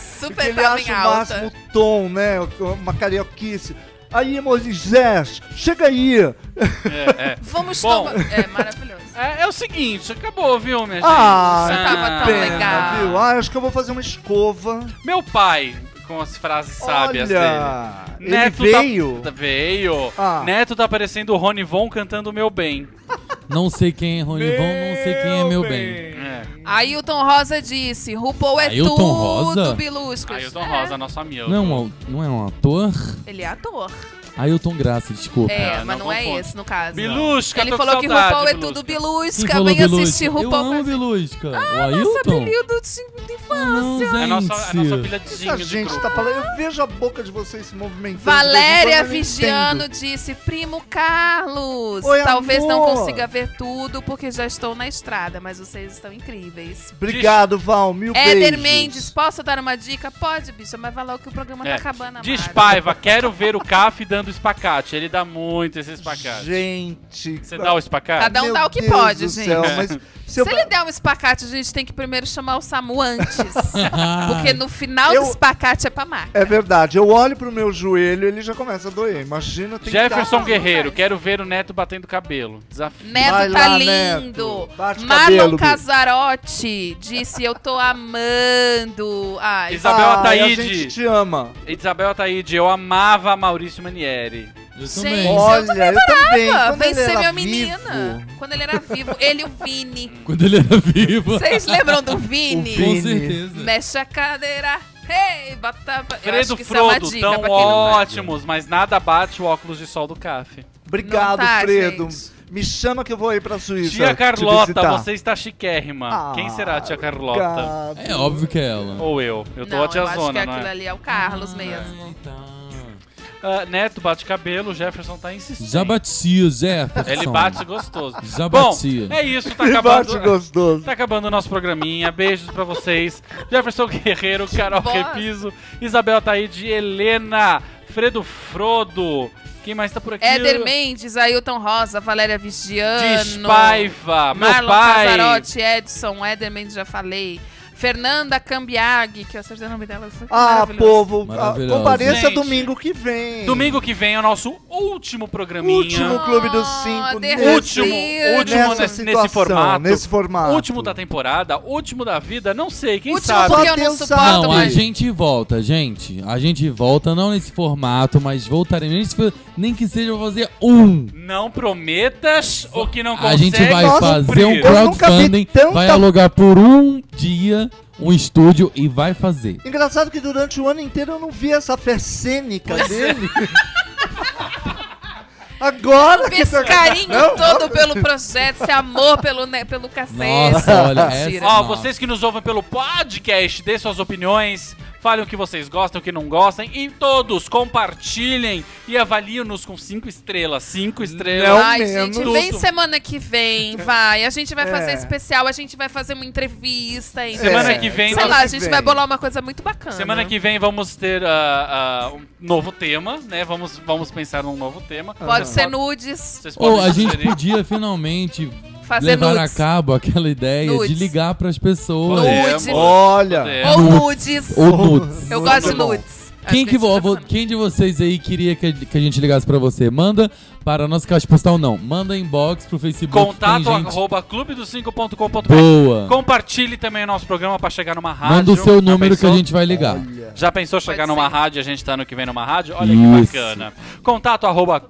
Speaker 3: Super
Speaker 6: ele
Speaker 3: tava em
Speaker 6: acha o
Speaker 3: alta.
Speaker 6: máximo tom, né? Uma carioquice. Aí, Moisés, chega aí!
Speaker 5: É, é.
Speaker 3: Vamos
Speaker 5: Bom.
Speaker 3: tomar. É maravilhoso.
Speaker 5: É, é o seguinte, acabou, viu, minha
Speaker 6: Ah,
Speaker 5: gente?
Speaker 3: Você tava tão
Speaker 6: Pena,
Speaker 3: legal.
Speaker 6: viu? Ah, acho que eu vou fazer uma escova.
Speaker 5: Meu pai, com as frases sábias dele.
Speaker 6: Olha,
Speaker 3: assim.
Speaker 6: ele
Speaker 5: tá-
Speaker 6: veio.
Speaker 5: Veio.
Speaker 6: Ah.
Speaker 5: Neto tá parecendo o Rony Von cantando Meu Bem.
Speaker 4: Não sei quem é Rony Von, não sei quem é meu bem.
Speaker 5: É.
Speaker 3: Ailton Rosa disse: RuPaul é
Speaker 4: Ailton
Speaker 3: tudo,
Speaker 4: Rosa?
Speaker 3: Biluscos.
Speaker 5: Ailton
Speaker 3: É,
Speaker 5: Rosa, nosso amigo.
Speaker 4: Não, é um au- não é um ator?
Speaker 3: Ele é ator.
Speaker 4: Ailton Graça, desculpa.
Speaker 3: É,
Speaker 5: não
Speaker 3: mas não, é
Speaker 5: confunde.
Speaker 3: esse no caso.
Speaker 5: Bilusca,
Speaker 3: Ele
Speaker 5: tô com
Speaker 3: falou que
Speaker 5: saudade,
Speaker 3: RuPaul é
Speaker 5: Bilusca.
Speaker 3: tudo
Speaker 4: Quem
Speaker 3: Bilusca.
Speaker 4: falou
Speaker 3: Vem
Speaker 4: Bilusca?
Speaker 3: assistir
Speaker 4: Eu
Speaker 3: RuPaul. Ah,
Speaker 4: amo
Speaker 3: Brasil.
Speaker 4: Bilusca. o
Speaker 3: Nosso
Speaker 4: Ailton?
Speaker 3: apelido de de
Speaker 4: Não,
Speaker 3: infância.
Speaker 5: É a nossa, é a nossa
Speaker 4: gente.
Speaker 5: pilhadinha
Speaker 6: Essa
Speaker 5: de
Speaker 6: gente
Speaker 5: grupo.
Speaker 6: tá falando. Eu vejo a boca de vocês se movimentando.
Speaker 3: Valéria
Speaker 6: de vez em quando eu não
Speaker 3: Vigiano
Speaker 6: entendo.
Speaker 3: disse: Primo Carlos,
Speaker 6: Oi,
Speaker 3: talvez não
Speaker 6: amor."
Speaker 3: consiga ver tudo porque já estou na estrada, mas vocês estão incríveis.
Speaker 6: Obrigado, Val. Mil
Speaker 3: Éder
Speaker 6: beijos.
Speaker 3: Mendes, posso dar uma dica? Pode, bicha, mas vai logo que o programa
Speaker 5: É.
Speaker 3: tá acabando. amada.
Speaker 5: Diz Paiva, quero ver o CAF dando espacate. Ele dá muito esse espacate.
Speaker 6: Gente.
Speaker 5: Você dá o espacate?
Speaker 3: Cada um
Speaker 6: Meu
Speaker 3: dá o que
Speaker 6: Deus
Speaker 3: pode,
Speaker 6: do
Speaker 3: gente.
Speaker 6: céu, mas se
Speaker 3: Se
Speaker 6: eu-
Speaker 3: ele der um espacate, a gente tem que primeiro chamar o SAMU antes. porque no final
Speaker 6: Eu-
Speaker 3: do espacate é pra marca.
Speaker 6: É verdade. Eu olho pro meu joelho ele já começa a doer. Imagina, tem
Speaker 5: Jefferson
Speaker 3: Não, não
Speaker 5: Guerreiro,
Speaker 3: faz.
Speaker 5: quero ver o Neto batendo cabelo. Desafio.
Speaker 3: Neto
Speaker 6: Vai
Speaker 3: tá
Speaker 6: lá,
Speaker 3: lindo.
Speaker 6: Neto. Bate o cabelo,
Speaker 3: Marlon
Speaker 6: Bi.
Speaker 3: Casarotti disse: Eu tô amando. Ai,
Speaker 6: que...
Speaker 5: Isabel
Speaker 6: Ah, a
Speaker 5: Ataíde.
Speaker 6: gente te ama.
Speaker 5: Isabel Ataíde, eu amava Maurício Manieri.
Speaker 4: Eu
Speaker 3: Gente,
Speaker 4: também.
Speaker 3: Isso, eu
Speaker 6: Olha, eu também.
Speaker 3: Pô,
Speaker 6: Quando
Speaker 3: vem
Speaker 6: ele
Speaker 3: ser
Speaker 6: era
Speaker 3: minha
Speaker 6: vivo,
Speaker 3: menina. Quando ele era vivo, ele e o Vini.
Speaker 4: Quando ele era vivo.
Speaker 3: Vocês lembram do
Speaker 6: O
Speaker 3: Vini?
Speaker 6: Vini.
Speaker 4: Com certeza.
Speaker 3: Mexe a cadeira. Ei, bota. pra- Eu acho
Speaker 5: Fredo
Speaker 3: que isso é uma
Speaker 5: Frodo,
Speaker 3: dica
Speaker 5: tão
Speaker 3: pra quem não bate.
Speaker 5: ótimos, mas nada bate o óculos de sol do CAF.
Speaker 6: Obrigado,
Speaker 3: Não tá,
Speaker 6: Fredo.
Speaker 3: gente.
Speaker 6: Me chama que eu vou aí pra Suíça.
Speaker 5: Tia
Speaker 6: te
Speaker 5: Carlota,
Speaker 6: visitar.
Speaker 5: você está chiquérrima.
Speaker 6: Ah,
Speaker 5: Quem será a tia Carlota?
Speaker 6: Obrigado.
Speaker 4: É óbvio que é ela.
Speaker 5: Ou eu. Eu tô
Speaker 3: não,
Speaker 5: a tia
Speaker 3: eu acho
Speaker 5: Zona,
Speaker 3: que aquilo
Speaker 5: né?
Speaker 3: ali é o Carlos
Speaker 6: Hum,
Speaker 3: mesmo.
Speaker 5: Ah, Neto bate cabelo, o Jefferson tá insistindo.
Speaker 4: Já batia, Jefferson.
Speaker 5: Ele bate gostoso.
Speaker 4: Já
Speaker 5: Bom,
Speaker 4: batia.
Speaker 5: é isso, tá
Speaker 6: Que bate
Speaker 5: acabando.
Speaker 6: gostoso.
Speaker 5: Tá acabando o nosso programinha. Beijos pra vocês. Jefferson Guerreiro, Carol
Speaker 3: Boa.
Speaker 5: Repiso, Isabel Ataíde, Helena, Fredo Frodo. Quem mais tá por
Speaker 6: é.
Speaker 5: aqui?
Speaker 3: Éder Mendes, Ailton Rosa, Valéria Vigiano.
Speaker 5: Diz Paiva, meu
Speaker 3: Marlon
Speaker 5: pai.
Speaker 3: Casarotti, Edson, Éder Mendes, já falei. Fernanda Cambiag, que eu acertei o nome dela. foi
Speaker 6: Ah,
Speaker 3: maravilhoso.
Speaker 6: povo, ah,
Speaker 4: Maravilhoso.
Speaker 6: compareça
Speaker 5: Gente,
Speaker 6: domingo que vem.
Speaker 5: Domingo que vem é o nosso último programinha.
Speaker 6: Último Clube dos
Speaker 3: Ah,
Speaker 6: Cinco.
Speaker 3: derretido.
Speaker 5: Último, último
Speaker 6: nessa
Speaker 5: nesse, nesse
Speaker 6: situação,
Speaker 5: formato.
Speaker 6: nesse formato.
Speaker 5: Último tá da temporada, último da vida, não sei, quem
Speaker 3: Último
Speaker 5: sabe.
Speaker 3: porque eu
Speaker 6: Só
Speaker 3: não
Speaker 6: Deus
Speaker 3: suporto
Speaker 6: sabe.
Speaker 4: Não, a
Speaker 3: mais.
Speaker 4: gente volta, gente. A gente volta, não nesse formato, mas voltaremos. Nem se- Nem que seja pra fazer um.
Speaker 5: Não prometas o que não
Speaker 4: A
Speaker 5: consegue é
Speaker 4: gente vai
Speaker 6: Nós
Speaker 4: fazer um
Speaker 5: cumprir.
Speaker 6: Eu nunca vi
Speaker 4: crowdfunding,
Speaker 6: tanta-
Speaker 4: vai alugar por um dia um estúdio e vai fazer.
Speaker 6: Engraçado que durante o ano inteiro eu não vi essa fé cênica
Speaker 5: é.
Speaker 6: dele. Agora que
Speaker 3: Esse
Speaker 6: tá-
Speaker 3: carinho
Speaker 6: Não,
Speaker 3: todo pelo projeto, esse amor pelo, ne- pelo cacete.
Speaker 4: Nossa, olha,
Speaker 3: é Mentira.
Speaker 4: essa- é
Speaker 5: Ó,
Speaker 4: Nossa.
Speaker 5: vocês que nos ouvem pelo podcast, dê suas opiniões, falem o que vocês gostam, o que não gostam, e todos compartilhem e avaliem-nos com cinco estrelas. Cinco estrelas.
Speaker 6: Não.
Speaker 3: Ai,
Speaker 6: É menos.
Speaker 3: gente, vem
Speaker 5: Tudo.
Speaker 3: semana que vem, vai. A gente vai
Speaker 6: É.
Speaker 3: fazer especial, a gente vai fazer uma entrevista. entendeu?
Speaker 5: Semana que vem
Speaker 3: Sei
Speaker 5: nós-
Speaker 3: lá, a gente vai bolar uma coisa muito bacana.
Speaker 5: Semana que vem vamos ter ah, ah, um novo tema, né? Vamos, vamos pensar num novo tema.
Speaker 3: Pode
Speaker 6: Ah.
Speaker 5: Vocês
Speaker 3: ser
Speaker 5: podem-
Speaker 3: nudes.
Speaker 5: Vocês podem né?
Speaker 4: Ou a gente
Speaker 5: sugerir.
Speaker 4: podia finalmente
Speaker 3: Fazer
Speaker 4: levar
Speaker 3: nudes.
Speaker 4: a cabo aquela ideia de
Speaker 3: Nudes.
Speaker 4: ligar pras pessoas.
Speaker 5: Podemos,
Speaker 3: Nudes.
Speaker 6: Olha.
Speaker 5: podemos.
Speaker 3: Ou nudes.
Speaker 4: Ou nudes.
Speaker 3: Eu gosto de
Speaker 5: Muito bom.
Speaker 3: nudes.
Speaker 4: Quem, que
Speaker 3: esse
Speaker 4: vo-
Speaker 3: tá
Speaker 4: vo-
Speaker 3: passando.
Speaker 4: quem de vocês aí queria que, que a gente ligasse pra você? Manda para a nossa caixa postal, não. Manda inbox pro Facebook. que
Speaker 5: Contato
Speaker 4: tem gente
Speaker 5: arroba clubedocinco.com.br
Speaker 4: Boa.
Speaker 5: Compartilhe também o nosso programa pra chegar numa rádio.
Speaker 4: Manda o seu
Speaker 5: Já
Speaker 4: número que a
Speaker 5: pensou?
Speaker 4: gente vai ligar.
Speaker 5: Já pensou chegar
Speaker 3: Pode
Speaker 5: numa
Speaker 3: ser.
Speaker 5: rádio e a gente tá ano que vem numa rádio? Olha que
Speaker 4: Isso.
Speaker 5: bacana. Contato arroba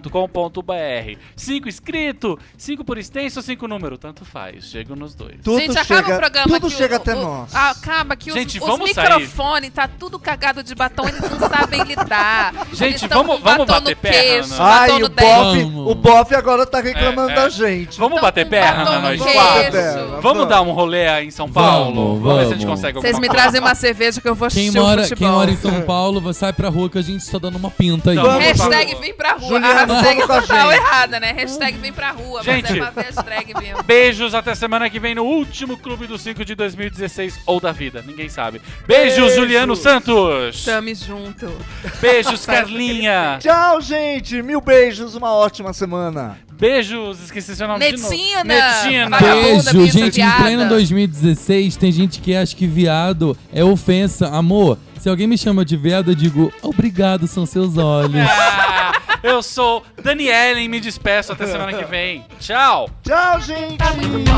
Speaker 5: clubedocinco.com.br Cinco inscrito, cinco por extenso, cinco número, tanto faz. Chego nos dois.
Speaker 6: Tudo
Speaker 3: gente, acaba
Speaker 6: chega,
Speaker 3: o programa
Speaker 6: tudo
Speaker 3: que o-
Speaker 6: chega até
Speaker 3: o-
Speaker 6: nós.
Speaker 3: Acaba que os-
Speaker 5: Gente,
Speaker 3: os,
Speaker 5: vamos sair.
Speaker 3: microfones tá tudo cagado de batom, eles não sabem lidar.
Speaker 5: Gente,
Speaker 3: Eles tão
Speaker 5: vamos-
Speaker 3: com
Speaker 5: vamos
Speaker 3: batom no
Speaker 5: bater perna,
Speaker 3: queixo,
Speaker 5: né?
Speaker 3: batom
Speaker 6: Ai,
Speaker 3: no
Speaker 6: o
Speaker 3: dente.
Speaker 6: Bob,
Speaker 4: Vamos.
Speaker 6: o Bob agora tá reclamando
Speaker 5: É, é.
Speaker 6: da gente.
Speaker 5: Vamos
Speaker 3: Então,
Speaker 5: bater
Speaker 3: com
Speaker 5: perna,
Speaker 3: batom
Speaker 5: nós
Speaker 3: no
Speaker 5: quatro.
Speaker 3: queixo.
Speaker 5: Vamos,
Speaker 6: Vamos.
Speaker 5: dar um rolê aí em São
Speaker 4: Vamos,
Speaker 5: Paulo? Vamos, ver se a gente
Speaker 4: vamos.
Speaker 5: consegue
Speaker 3: Vocês
Speaker 5: alguma
Speaker 3: me
Speaker 5: coisa.
Speaker 3: trazem uma cerveja que eu vou
Speaker 4: Quem
Speaker 3: assistir o
Speaker 4: mora,
Speaker 3: futebol.
Speaker 4: quem mora em São Paulo vai- sai pra rua que a gente está dando uma pinta aí.
Speaker 5: Então, Vamos,
Speaker 3: Hashtag
Speaker 5: Paulo.
Speaker 3: vem pra rua.
Speaker 6: Juliana,
Speaker 3: a hashtag
Speaker 6: vamos com a
Speaker 3: total
Speaker 6: gente.
Speaker 3: errada, né? Hashtag vem pra rua. Mas
Speaker 5: Gente.
Speaker 3: é pra ver hashtag mesmo.
Speaker 5: Beijos, até semana que vem no último Clube do 5 de 2016 ou da vida, ninguém sabe. Beijos, Juliano Santos.
Speaker 3: Tamo junto.
Speaker 5: Beijos, Carlinha.
Speaker 6: Tchau, gente. Mil beijos, uma ótima semana.
Speaker 5: Beijos, esqueci seu nome de novo.
Speaker 3: Netina.
Speaker 5: Netina.
Speaker 3: Vagabundo. Vagabunda,
Speaker 4: Beijo,
Speaker 3: bicha,
Speaker 4: gente. Em
Speaker 3: viada.
Speaker 4: pleno 2016, tem gente que acha que viado é ofensa. Amor, se alguém me chama de viado, eu digo obrigado, são seus olhos.
Speaker 5: Ah, eu sou Daniele e me despeço até semana que vem. Tchau.
Speaker 6: Tchau, gente.
Speaker 3: Tá muito bom.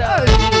Speaker 6: Ai.